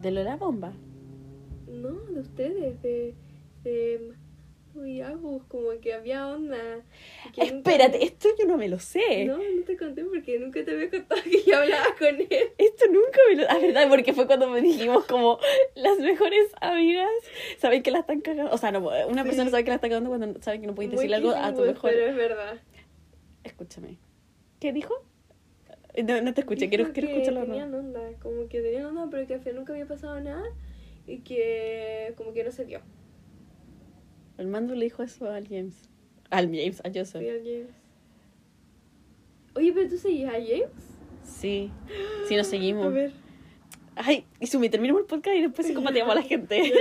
Speaker 2: ¿De lo de la bomba?
Speaker 1: No, de ustedes, de... de uy, Agus, como que había onda. y que nunca-
Speaker 2: Espérate, esto yo no me lo sé.
Speaker 1: No, no te conté porque nunca te había contado que yo hablaba con él.
Speaker 2: Esto nunca me lo... Ah, verdad, porque fue cuando me dijimos como las mejores amigas saben que la están cagando. O sea, no, una
Speaker 1: Sí.
Speaker 2: persona sabe que la está cagando cuando sabe que no puedes
Speaker 1: Muy
Speaker 2: decirle algo a tu
Speaker 1: quisimos,
Speaker 2: mejor...
Speaker 1: Pero es verdad.
Speaker 2: Escúchame. ¿Qué dijo? No, no te escuché, quiero,
Speaker 1: Dijo
Speaker 2: quiero
Speaker 1: que
Speaker 2: escucharlo. de nuevo.
Speaker 1: Tenían onda, como que tenían onda, pero que al final nunca había pasado nada y que como que no se dio.
Speaker 2: El mando le dijo eso al James. Al James, a Joseph.
Speaker 1: Fui al James. Oye, pero tú seguías a James.
Speaker 2: Sí. Sí, nos
Speaker 1: A
Speaker 2: seguimos.
Speaker 1: ver.
Speaker 2: Ay, y sumi, terminamos el podcast y después psicopateamos a la gente.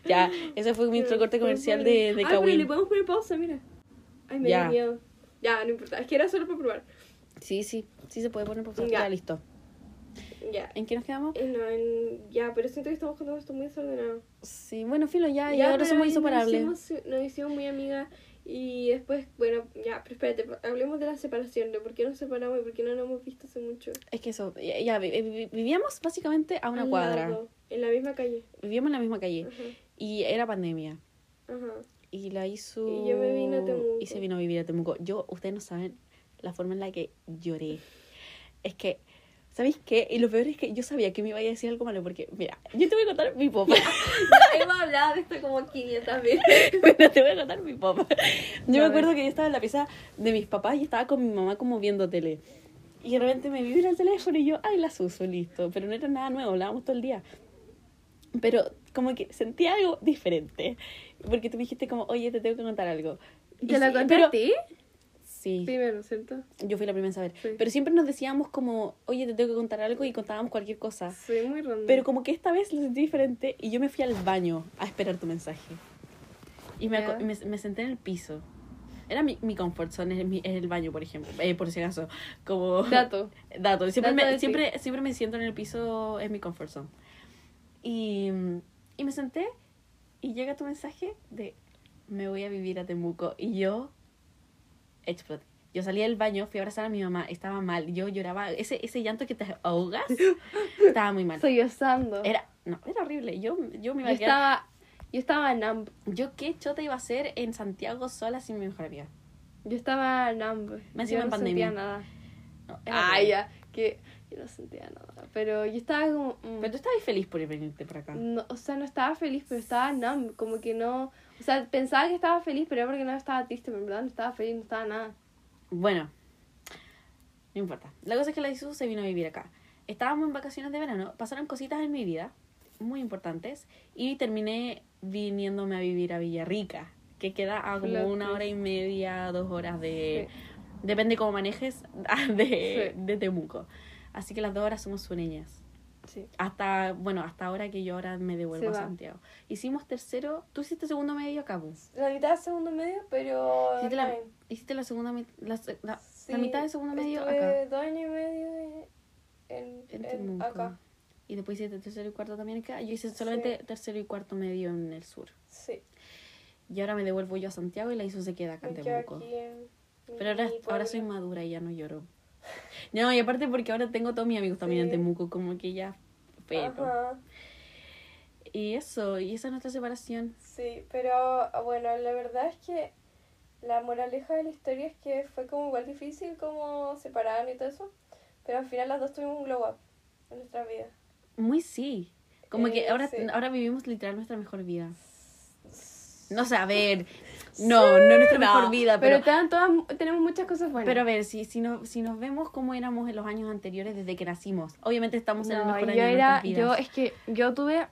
Speaker 2: ya, ese fue nuestro corte comercial de, de
Speaker 1: Ah, pero le
Speaker 2: Kawin.
Speaker 1: podemos poner pausa, mira. Ay, me
Speaker 2: Ya.
Speaker 1: da miedo. Ya, no importa. Es que era solo para probar.
Speaker 2: Sí, sí, sí se puede poner por favor.
Speaker 1: Ya.
Speaker 2: Ya, listo.
Speaker 1: Ya.
Speaker 2: ¿En qué nos quedamos?
Speaker 1: Eh, no, en- ya, pero siento que estamos contando esto muy desordenado.
Speaker 2: Sí, bueno, filo, Ah, ya, y ahora
Speaker 1: pero
Speaker 2: somos
Speaker 1: ahí
Speaker 2: inseparables.
Speaker 1: Nos hicimos, nos hicimos muy amigas y después, bueno, ya, pero espérate, hablemos de la separación, de por qué nos separamos y por qué no nos hemos visto hace mucho.
Speaker 2: Es que eso, ya, ya, vi- vi- vivíamos básicamente a una
Speaker 1: Al
Speaker 2: cuadra.
Speaker 1: lado, en la misma calle.
Speaker 2: Vivíamos en la misma calle.
Speaker 1: Ajá,
Speaker 2: Y era pandemia.
Speaker 1: ajá.
Speaker 2: Y la hizo.
Speaker 1: Y yo me vine a Temuco.
Speaker 2: Y se vino a vivir a Temuco. Yo, ustedes no saben la forma en la que lloré. Es que, ¿sabéis qué? Y lo peor es que yo sabía que me iba a decir algo malo porque, mira, yo te voy a contar mi papá.
Speaker 1: Hemos hablado de esto como 500 veces.
Speaker 2: Bueno, te voy a contar mi papá. Yo me
Speaker 1: ver.
Speaker 2: acuerdo que yo estaba en la pieza de mis papás y estaba con mi mamá como viendo tele. Y de repente me vibra el teléfono y yo, ay, las uso, listo. Pero no era nada nuevo, hablábamos todo el día. Pero como que sentía algo diferente. Porque tú me dijiste como, oye, te tengo que contar algo. Y
Speaker 1: ¿Te la
Speaker 2: sí,
Speaker 1: conté
Speaker 2: pero-
Speaker 1: a ti?
Speaker 2: Sí,
Speaker 1: Primero, ¿cierto?
Speaker 2: yo fui la primera en saber.
Speaker 1: Sí.
Speaker 2: Pero siempre nos decíamos como, oye, te tengo que contar algo y contábamos cualquier cosa.
Speaker 1: Soy muy random.
Speaker 2: Pero como que esta vez lo sentí diferente y yo me fui al baño a esperar tu mensaje. Y me, aco-
Speaker 1: Ya.
Speaker 2: me, me senté en el piso. Era mi, mi comfort zone, es, mi- es el baño, por ejemplo, eh, por si acaso. Como...
Speaker 1: Dato.
Speaker 2: Dato. Siempre,
Speaker 1: Dato de
Speaker 2: me,
Speaker 1: ti.
Speaker 2: siempre, siempre me siento en el piso, es mi comfort zone. Y, y me senté y llega tu mensaje de me voy a vivir a Temuco. Y yo exploté. Yo salí del baño, fui a abrazar a mi mamá, estaba mal. Yo lloraba, ese, ese llanto que te ahogas, estaba muy mal.
Speaker 1: Soy osando.
Speaker 2: Era, no, era horrible. Yo, yo me
Speaker 1: Yo
Speaker 2: iba a quedar-
Speaker 1: estaba, yo estaba numb.
Speaker 2: Yo qué chota iba a ser en Santiago sola sin mi mejor amiga.
Speaker 1: Yo estaba numb.
Speaker 2: Me
Speaker 1: yo
Speaker 2: encima
Speaker 1: no
Speaker 2: en pandemia.
Speaker 1: sentía nada.
Speaker 2: No, era
Speaker 1: Ah,
Speaker 2: horrible.
Speaker 1: ya. Que yo no sentía nada. Pero yo estaba como... mm,
Speaker 2: Pero tú estabas feliz por venirte para acá.
Speaker 1: no, o sea, no estaba feliz, pero estaba numb. Como que no... O sea, pensaba que estaba feliz, pero era porque no estaba triste. Pero en verdad no estaba feliz, no estaba nada.
Speaker 2: Bueno, no importa. La cosa es que la Isu se vino a vivir acá. Estábamos en vacaciones de verano, pasaron cositas en mi vida muy importantes y terminé viniéndome a vivir a Villarrica, que queda a como
Speaker 1: Flor,
Speaker 2: una
Speaker 1: sí.
Speaker 2: hora y media, dos horas de...
Speaker 1: Sí.
Speaker 2: Depende cómo manejes de,
Speaker 1: Sí.
Speaker 2: de Temuco. Así que las dos horas somos sureñas.
Speaker 1: Sí.
Speaker 2: Hasta, bueno, hasta ahora que yo ahora me devuelvo
Speaker 1: Se
Speaker 2: a
Speaker 1: va.
Speaker 2: Santiago. Hicimos tercero, tú hiciste segundo medio acá, po.
Speaker 1: La mitad de segundo medio, pero...
Speaker 2: Hiciste la,
Speaker 1: online.
Speaker 2: hiciste la segunda mit- la, se- la- la
Speaker 1: Sí,
Speaker 2: mitad de segundo medio
Speaker 1: estuve
Speaker 2: acá.
Speaker 1: dos años y medio en, en,
Speaker 2: En
Speaker 1: en-
Speaker 2: Temuco.
Speaker 1: acá.
Speaker 2: Y después hiciste tercero y cuarto también acá. Yo hice solamente tercero y cuarto medio en el sur.
Speaker 1: Sí.
Speaker 2: Y ahora me devuelvo yo a Santiago y la hizo se queda acá en
Speaker 1: Me quedo
Speaker 2: Temuco.
Speaker 1: aquí en mi
Speaker 2: Pero ahora, ahora soy
Speaker 1: pueblo.
Speaker 2: madura y ya no lloro. No, y aparte porque ahora tengo todos mis amigos también
Speaker 1: Sí.
Speaker 2: en Temuco, como que ya. Pero.
Speaker 1: Ajá.
Speaker 2: Y eso, y esa es nuestra separación.
Speaker 1: Sí, pero ah, bueno, la verdad es que la moraleja de la historia es que fue como igual difícil como separaron y todo eso, pero al final las dos tuvimos un glow up en nuestras vidas.
Speaker 2: Muy sí. Como que
Speaker 1: Eh,
Speaker 2: ahora,
Speaker 1: sí.
Speaker 2: ahora vivimos literal nuestra mejor vida. No sé, a ver. No, no nuestra
Speaker 1: no,
Speaker 2: mejor vida, pero. Pero,
Speaker 1: estaban todas, tenemos muchas cosas buenas.
Speaker 2: a ver, si, si, nos, si nos vemos como éramos en los años anteriores desde que nacimos. Obviamente estamos en el
Speaker 1: No,
Speaker 2: mejor año
Speaker 1: yo
Speaker 2: de
Speaker 1: era,
Speaker 2: nuestras vidas.
Speaker 1: yo es que yo tuve,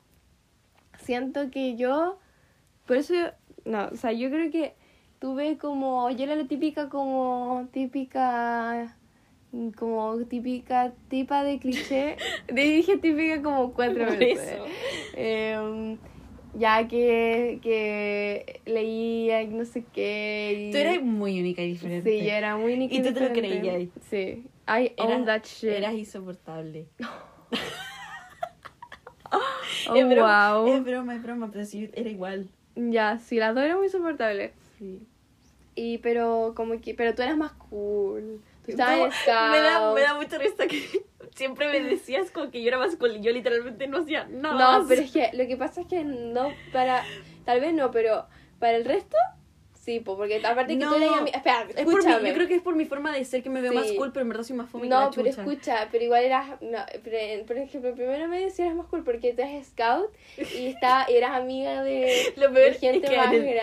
Speaker 1: siento que yo, por eso, yo- no, o sea, yo creo que tuve como, yo era la típica como, típica, como típica tipa de cliché, le dije típica como cuatro
Speaker 2: Por
Speaker 1: veces.
Speaker 2: eso.
Speaker 1: Eh, ya que, que leía y no sé qué. y-
Speaker 2: Tú eras muy única y diferente.
Speaker 1: Sí, yo era muy
Speaker 2: Y tú te lo
Speaker 1: diferente.
Speaker 2: creías.
Speaker 1: Sí. I own
Speaker 2: Eras-
Speaker 1: that shit.
Speaker 2: Eras insoportable.
Speaker 1: Oh,
Speaker 2: es broma,
Speaker 1: wow.
Speaker 2: Es broma, es broma, pero sí, era igual.
Speaker 1: Ya, sí, las dos eran muy soportables.
Speaker 2: Sí.
Speaker 1: Y pero como que pero tú eras más cool. Tú
Speaker 2: Tú-
Speaker 1: estabas en
Speaker 2: me, da,
Speaker 1: scout.
Speaker 2: me da mucha risa que siempre me decías como que yo era masculina. Yo literalmente no hacía nada.
Speaker 1: No, pero es que lo que pasa es que no para tal vez no, pero para el resto sí, po, porque aparte que
Speaker 2: No.
Speaker 1: tú eras mi espera,
Speaker 2: Es por mi-
Speaker 1: escúchame.
Speaker 2: yo creo que es por mi forma de ser que me veo
Speaker 1: Sí.
Speaker 2: más cool, pero en verdad soy más fome que
Speaker 1: no,
Speaker 2: la
Speaker 1: pero
Speaker 2: chucha.
Speaker 1: escucha, pero igual eras, no, pero, por ejemplo, primero me decías eras más cool porque tú eras scout y estaba, eras amiga de,
Speaker 2: Lo
Speaker 1: de
Speaker 2: peor
Speaker 1: gente
Speaker 2: es que
Speaker 1: más
Speaker 2: en el,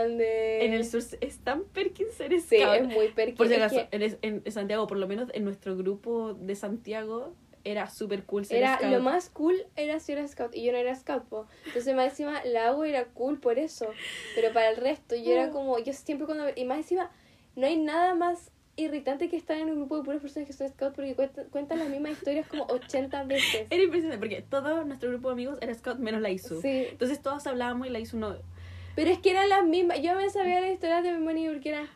Speaker 1: grande.
Speaker 2: en el sur es tan Perkins ser
Speaker 1: sí,
Speaker 2: scout.
Speaker 1: es muy perky.
Speaker 2: Por si
Speaker 1: es
Speaker 2: acaso,
Speaker 1: que
Speaker 2: en, en Santiago, por lo menos en nuestro grupo de Santiago, era súper cool ser
Speaker 1: era
Speaker 2: scout.
Speaker 1: lo más cool era si era scout y yo no era scout po. entonces más encima la U era cool por eso pero para el resto yo era como yo siempre cuando y más encima no hay nada más irritante que estar en un grupo de puras personas que son scout porque cuentan, cuentan las mismas historias como 80 veces
Speaker 2: Era impresionante porque todo nuestro grupo de amigos era scout menos la Isu.
Speaker 1: sí
Speaker 2: Entonces todos hablábamos y la Isu no.
Speaker 1: pero es que eran las mismas yo me sabía las historias de memoria porque era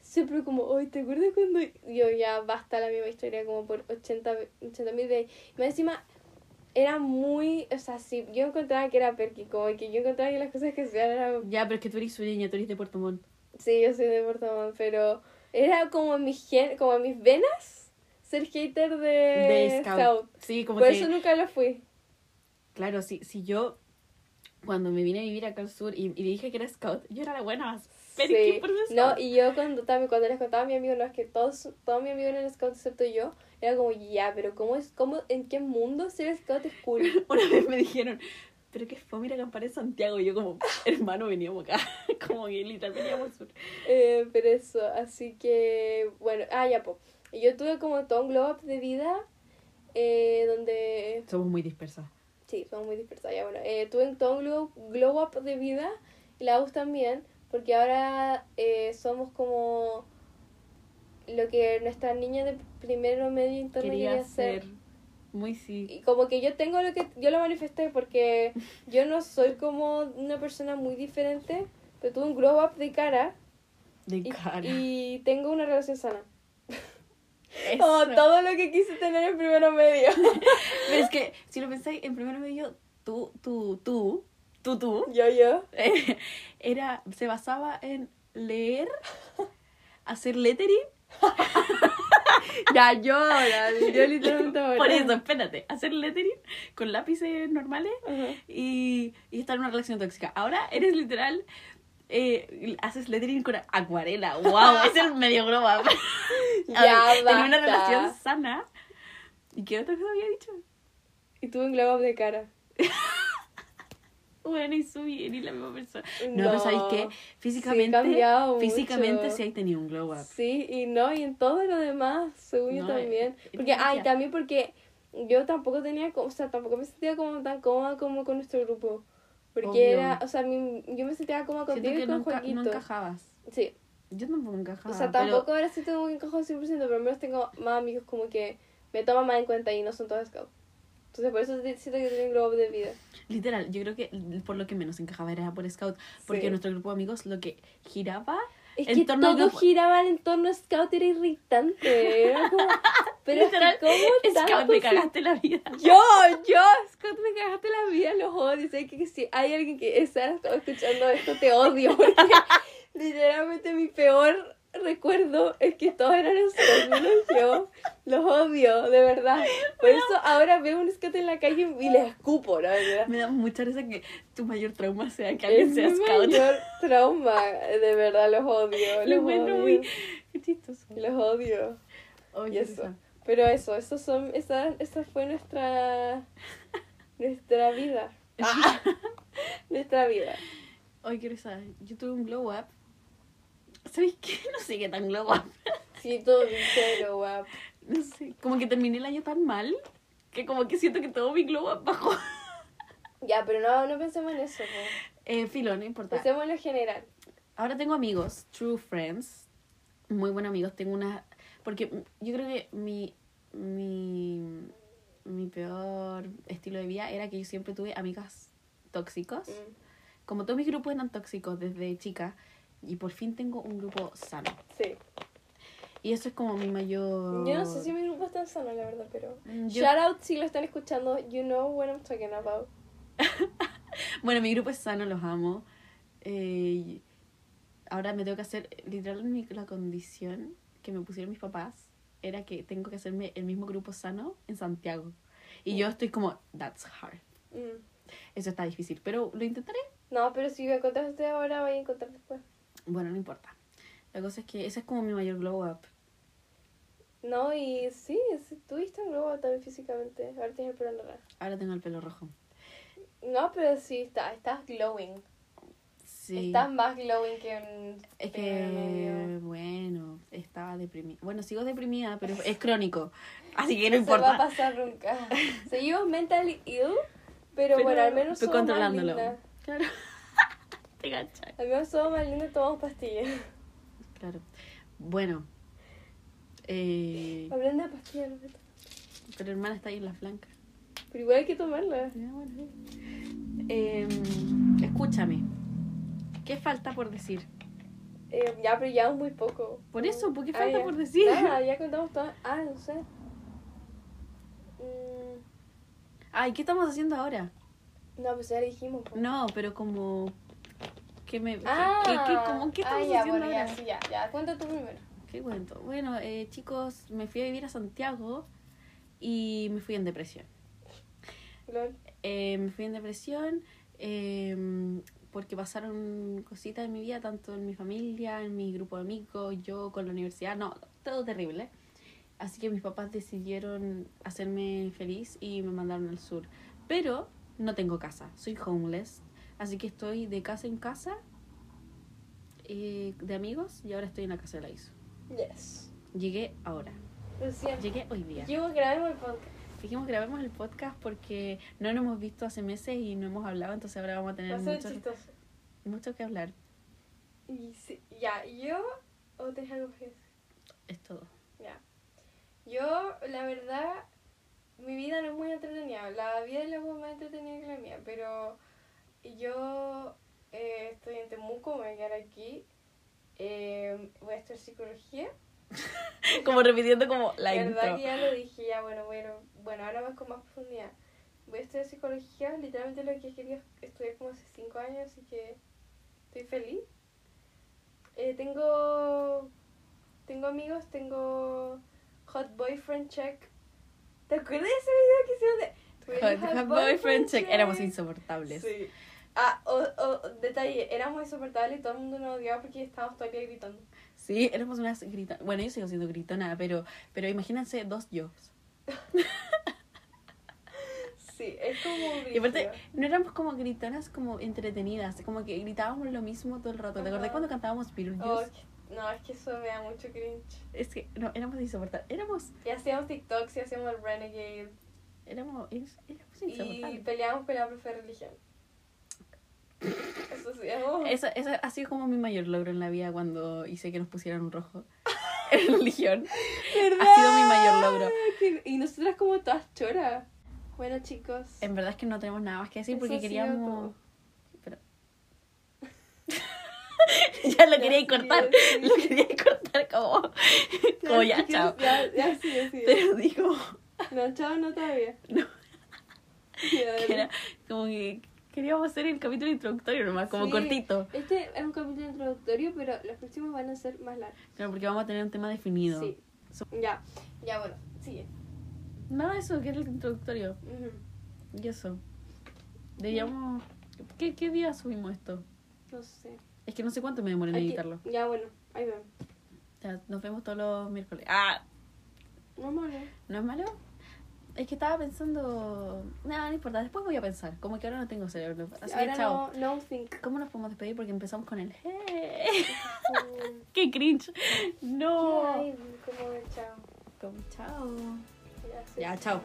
Speaker 1: siempre como hoy te acuerdas cuando yo ya basta la misma historia como por 80 mil de y más encima era muy o sea sí yo encontraba que era perky como que yo encontraba que las cosas que se eran
Speaker 2: Ya, pero es que tú eres sureña, tú eres de Puerto Montt.
Speaker 1: Sí, yo soy de Puerto Montt, pero era como en mis, gen- como en mis venas ser hater de,
Speaker 2: de scout.
Speaker 1: Eh, Scout.
Speaker 2: Sí, como
Speaker 1: Por
Speaker 2: que.
Speaker 1: eso nunca lo fui.
Speaker 2: Claro, si, si yo. Cuando me vine a vivir acá al sur y, y dije que era scout, yo era la buena más. Pero
Speaker 1: Sí.
Speaker 2: ¿qué por ser
Speaker 1: No,
Speaker 2: scout?
Speaker 1: y yo cuando, también, cuando les contaba a mi amigo, no, es que todos, todos mis amigos eran Scout excepto yo, era como, ya, pero ¿cómo es, cómo, ¿en qué mundo ser Scout es cool?
Speaker 2: Una vez me dijeron, pero qué fue, mira acampar en Santiago. Y yo, como, hermano, veníamos acá. como que literal veníamos al sur.
Speaker 1: Eh, pero eso, así que, bueno, ah, ya, po. Y yo tuve como todo un glow up de vida, eh, donde
Speaker 2: Somos muy dispersas.
Speaker 1: Sí, somos muy dispersadas. Ya, bueno, eh, tuve todo un glow, glow up de vida y la US también, porque ahora eh, somos como lo que nuestra niña de primero medio interno quería,
Speaker 2: Quería
Speaker 1: hacer.
Speaker 2: ser. Muy sí.
Speaker 1: Y como que yo tengo lo que. Yo lo manifesté porque yo no soy como una persona muy diferente, pero tuve un glow up de cara
Speaker 2: De
Speaker 1: y,
Speaker 2: cara.
Speaker 1: y tengo una relación sana.
Speaker 2: Eso.
Speaker 1: Oh, todo lo que quise tener en primero medio.
Speaker 2: Pero es que, si lo pensáis, en primer medio, tú, tú, tú, tú, tú,
Speaker 1: yo, yo.
Speaker 2: eh, era, se basaba en leer, hacer lettering.
Speaker 1: Ya, yo ahora. Yo literalmente ahora.
Speaker 2: Por eso, espérate, hacer lettering con lápices normales
Speaker 1: Ajá.
Speaker 2: y, y estar en una relación tóxica. Ahora eres literal, eh, haces lettering con acuarela. ¡Wow! es el medio broma. A
Speaker 1: Ya
Speaker 2: ver, tenía una
Speaker 1: basta.
Speaker 2: relación sana. ¿Y qué otra cosa había dicho?
Speaker 1: Y tuve un glow up de cara.
Speaker 2: Bueno, y subí, y la misma persona. No,
Speaker 1: No.
Speaker 2: pero ¿sabéis qué?
Speaker 1: he
Speaker 2: Físicamente,
Speaker 1: cambiado mucho.
Speaker 2: físicamente sí hay tenido un glow up.
Speaker 1: Sí, y no, y en todo lo demás, según yo
Speaker 2: No,
Speaker 1: también.
Speaker 2: eh,
Speaker 1: Porque,
Speaker 2: eh,
Speaker 1: ay,
Speaker 2: ya.
Speaker 1: también porque yo tampoco tenía, co- o sea, tampoco me sentía como tan cómoda como con nuestro grupo. Porque
Speaker 2: Obvio.
Speaker 1: era, o sea, mi- yo me sentía cómoda
Speaker 2: Siento
Speaker 1: contigo y
Speaker 2: que no,
Speaker 1: con
Speaker 2: enca- no
Speaker 1: Joaquito.
Speaker 2: encajabas.
Speaker 1: sí,
Speaker 2: Yo tampoco encajaba.
Speaker 1: o sea,
Speaker 2: Ah, pero-
Speaker 1: tampoco ahora sí tengo un encajo 100%, pero al menos tengo más amigos como que me toman más en cuenta y no son todos scouts. Entonces, por eso siento que tengo un globo de vida.
Speaker 2: Literal, yo creo que por lo que menos encajaba era por Scout. Porque
Speaker 1: Sí.
Speaker 2: nuestro grupo de amigos lo que giraba.
Speaker 1: Es
Speaker 2: En
Speaker 1: que
Speaker 2: torno al
Speaker 1: todo
Speaker 2: grupo.
Speaker 1: giraba en torno a Scout, era irritante. Era como, pero es que
Speaker 2: Literal,
Speaker 1: ¿cómo
Speaker 2: Scout,
Speaker 1: tanto
Speaker 2: me
Speaker 1: se-
Speaker 2: cagaste la vida.
Speaker 1: Yo, yo, Scout, me cagaste la vida, los odio. Sé que, que si hay alguien que está escuchando esto, te odio. Porque literalmente mi peor recuerdo es que todos eran así, menos yo. Los odio, de verdad. Por eso ahora veo un escote en la calle y les escupo, la verdad.
Speaker 2: Me da mucha risa que tu mayor trauma sea que
Speaker 1: Es
Speaker 2: alguien
Speaker 1: mi
Speaker 2: sea scout.
Speaker 1: mayor trauma, de verdad los odio.
Speaker 2: Lo
Speaker 1: Los
Speaker 2: encuentro
Speaker 1: odio.
Speaker 2: muy qué chistoso.
Speaker 1: Los odio.
Speaker 2: Oye,
Speaker 1: Y eso. Pero eso, esos son, esa, esa fue nuestra nuestra vida. Ah, nuestra vida.
Speaker 2: Oye, quiero saber, yo tuve un glow up. ¿Sabes qué? No sé qué tan glow up.
Speaker 1: Sí, todo entero, guap.
Speaker 2: No sé, como que terminé el año tan mal que como que siento que todo mi glow up bajó.
Speaker 1: Ya, pero no, no pensemos en eso. po.
Speaker 2: Eh, filo, no importa.
Speaker 1: Pensemos en lo general.
Speaker 2: Ahora tengo amigos, true friends, muy buenos amigos. Tengo una. Porque mm, yo creo que mi. Mi. Mi peor estilo de vida era que yo siempre tuve amigas tóxicos.
Speaker 1: Mm,
Speaker 2: Como todos mis grupos eran tóxicos desde chica. Y por fin tengo un grupo sano.
Speaker 1: Sí.
Speaker 2: Y eso es como mi mayor.
Speaker 1: Yo no sé si mi grupo está sano, la verdad, pero...
Speaker 2: Mm, yo-
Speaker 1: Shout out si lo están escuchando. You know what I'm talking about.
Speaker 2: Bueno, mi grupo es sano, los amo. Eh, y ahora me tengo que hacer, literal, mi- la condición que me pusieron mis papás era que tengo que hacerme el mismo grupo sano en Santiago. Y yo estoy como, that's hard.
Speaker 1: Mm.
Speaker 2: Eso está difícil, pero lo intentaré.
Speaker 1: No, pero si lo encontraste ahora, voy a encontrar después.
Speaker 2: Bueno, no importa. La cosa es que ese es como mi mayor glow up.
Speaker 1: No, y sí, sí, tuviste un globo también físicamente. Ahora tienes el pelo naranja.
Speaker 2: Ahora tengo el pelo rojo.
Speaker 1: No, pero sí, está, estás glowing.
Speaker 2: Sí.
Speaker 1: Estás más glowing que en
Speaker 2: Es
Speaker 1: primero medio.
Speaker 2: que, bueno, estaba deprimida. Bueno, sigo deprimida, pero es crónico. Así que no
Speaker 1: No se va a
Speaker 2: importa.
Speaker 1: pasar nunca. Seguimos mentally ill, pero,
Speaker 2: Pero
Speaker 1: bueno, al menos
Speaker 2: estoy
Speaker 1: somos
Speaker 2: controlándolo.
Speaker 1: más lindas.
Speaker 2: Claro. Te cachai.
Speaker 1: Al menos somos más lindas y tomamos pastillas.
Speaker 2: Claro. Bueno. Eh,
Speaker 1: Hablando de pastillas, Roberto.
Speaker 2: pero hermana está ahí en la flanca.
Speaker 1: pero igual hay que tomarlas.
Speaker 2: Ya, bueno. Eh, escúchame. ¿Qué falta por decir?
Speaker 1: Eh, ya, pero ya es muy poco.
Speaker 2: Por eso, ¿por qué
Speaker 1: Ah,
Speaker 2: falta
Speaker 1: ya.
Speaker 2: por decir?
Speaker 1: Nada, ya contamos todo. Ah, no sé. Mm,
Speaker 2: Ay, ¿qué estamos haciendo ahora?
Speaker 1: no, pues ya lo dijimos. po.
Speaker 2: No, pero como. ¿Qué me.?
Speaker 1: Ah,
Speaker 2: ¿qué, qué- como, ¿qué estamos
Speaker 1: ah, ya,
Speaker 2: haciendo
Speaker 1: bueno,
Speaker 2: ahora?
Speaker 1: Ya, sí, ya, ya. Cuenta tú primero.
Speaker 2: ¿Qué cuento? Bueno, eh, chicos, me fui a vivir a Santiago y me fui en depresión.
Speaker 1: Lol.
Speaker 2: Eh, me fui en depresión eh, porque pasaron cositas en mi vida, tanto en mi familia, en mi grupo de amigos, yo con la universidad, no, todo terrible. Así que mis papás decidieron hacerme feliz y me mandaron al sur. Pero no tengo casa, soy homeless, así que estoy de casa en casa, eh, de amigos, y ahora estoy en la casa de la ISO.
Speaker 1: Yes.
Speaker 2: Llegué ahora,
Speaker 1: Lo siento.
Speaker 2: llegué hoy día.
Speaker 1: Yo grabemos el podcast.
Speaker 2: Dijimos grabemos el podcast porque no nos hemos visto hace meses y no hemos hablado, entonces ahora vamos a
Speaker 1: Va
Speaker 2: tener
Speaker 1: a ser
Speaker 2: Eh, mucho,
Speaker 1: chistoso.
Speaker 2: mucho que hablar.
Speaker 1: Y sí, ya, yo. ¿O tenés algo que decir?
Speaker 2: Es todo.
Speaker 1: Ya. Yo, la verdad, mi vida no es muy entretenida. La vida de loco es más entretenida que la mía, pero yo eh, estoy en Temuco, me voy a quedar aquí. Eh, voy a estudiar psicología.
Speaker 2: Como repitiendo como la
Speaker 1: La verdad
Speaker 2: intro.
Speaker 1: que ya lo dije, ya bueno, bueno, bueno, ahora más con más profundidad. Voy a estudiar psicología, literalmente lo que he querido estudiar como hace 5 años, así que estoy feliz. Eh, tengo tengo amigos, tengo Hot Boyfriend Check. ¿Te acuerdas de ese video que hicieron de
Speaker 2: Hot- hot boyfriend check. Éramos insoportables.
Speaker 1: Sí. Ah, o, o, detalle, éramos insoportables y todo el mundo nos odiaba porque estábamos todo el día gritando.
Speaker 2: Sí, éramos unas gritonas. Bueno, yo sigo siendo gritona, pero, pero imagínense dos yo.
Speaker 1: Sí, es como un
Speaker 2: Y aparte,
Speaker 1: brígido.
Speaker 2: no éramos como gritonas como entretenidas, como que gritábamos lo mismo todo el rato. ¿Te acordás
Speaker 1: Ajá.
Speaker 2: cuando cantábamos Beetlejuice?
Speaker 1: Oh, que- no, es que eso me da mucho cringe.
Speaker 2: Es que no, éramos insoportables. Éramos,
Speaker 1: Y hacíamos TikToks y hacíamos el Renegade.
Speaker 2: éramos, éramos
Speaker 1: Y
Speaker 2: insoportables.
Speaker 1: peleábamos con la profe de religión. Eso sí, oh.
Speaker 2: Eso, eso ha sido como mi mayor logro en la vida cuando hice que nos pusieran un rojo en religión. ha sido mi mayor logro.
Speaker 1: Que- y nosotras como todas choras. Bueno, chicos.
Speaker 2: En verdad es que no tenemos nada más que decir
Speaker 1: Eso
Speaker 2: porque
Speaker 1: ha sido
Speaker 2: queríamos...
Speaker 1: todo.
Speaker 2: Pero- ya lo
Speaker 1: Ya,
Speaker 2: quería
Speaker 1: sí,
Speaker 2: cortar.
Speaker 1: sí.
Speaker 2: Lo quería cortar como... como Oh, ya,
Speaker 1: chicos,
Speaker 2: chao.
Speaker 1: Ya, ya, sí, ya, sí.
Speaker 2: Pero digo...
Speaker 1: No, chao, no todavía.
Speaker 2: No.
Speaker 1: Ya,
Speaker 2: que era como que, que queríamos hacer el capítulo introductorio nomás, como
Speaker 1: Sí.
Speaker 2: cortito.
Speaker 1: Este es un capítulo introductorio, pero los próximos van a ser más largos.
Speaker 2: Claro, porque vamos a tener un tema definido.
Speaker 1: Sí. Ya, ya bueno, sigue.
Speaker 2: Nada de eso, que era el introductorio.
Speaker 1: Ujú.
Speaker 2: Y eso. Deberíamos. ¿Qué, ¿Qué día subimos esto?
Speaker 1: No sé.
Speaker 2: Es que no sé cuánto me demoré en
Speaker 1: Hay que-
Speaker 2: editarlo.
Speaker 1: Ya bueno, ahí vemos.
Speaker 2: Ya, nos vemos todos los miércoles. ¡Ah!
Speaker 1: No malo.
Speaker 2: ¿No es malo? Es que estaba pensando. Nada, no importa, después voy a pensar. Como que ahora no tengo cerebro. Así que
Speaker 1: Ahora
Speaker 2: chao.
Speaker 1: no, no think.
Speaker 2: ¿Cómo nos podemos despedir? Porque empezamos con el hey. ¡Qué cringe! ¡No!
Speaker 1: Ay, como chao.
Speaker 2: Como, chao.
Speaker 1: Gracias.
Speaker 2: Ya, chao.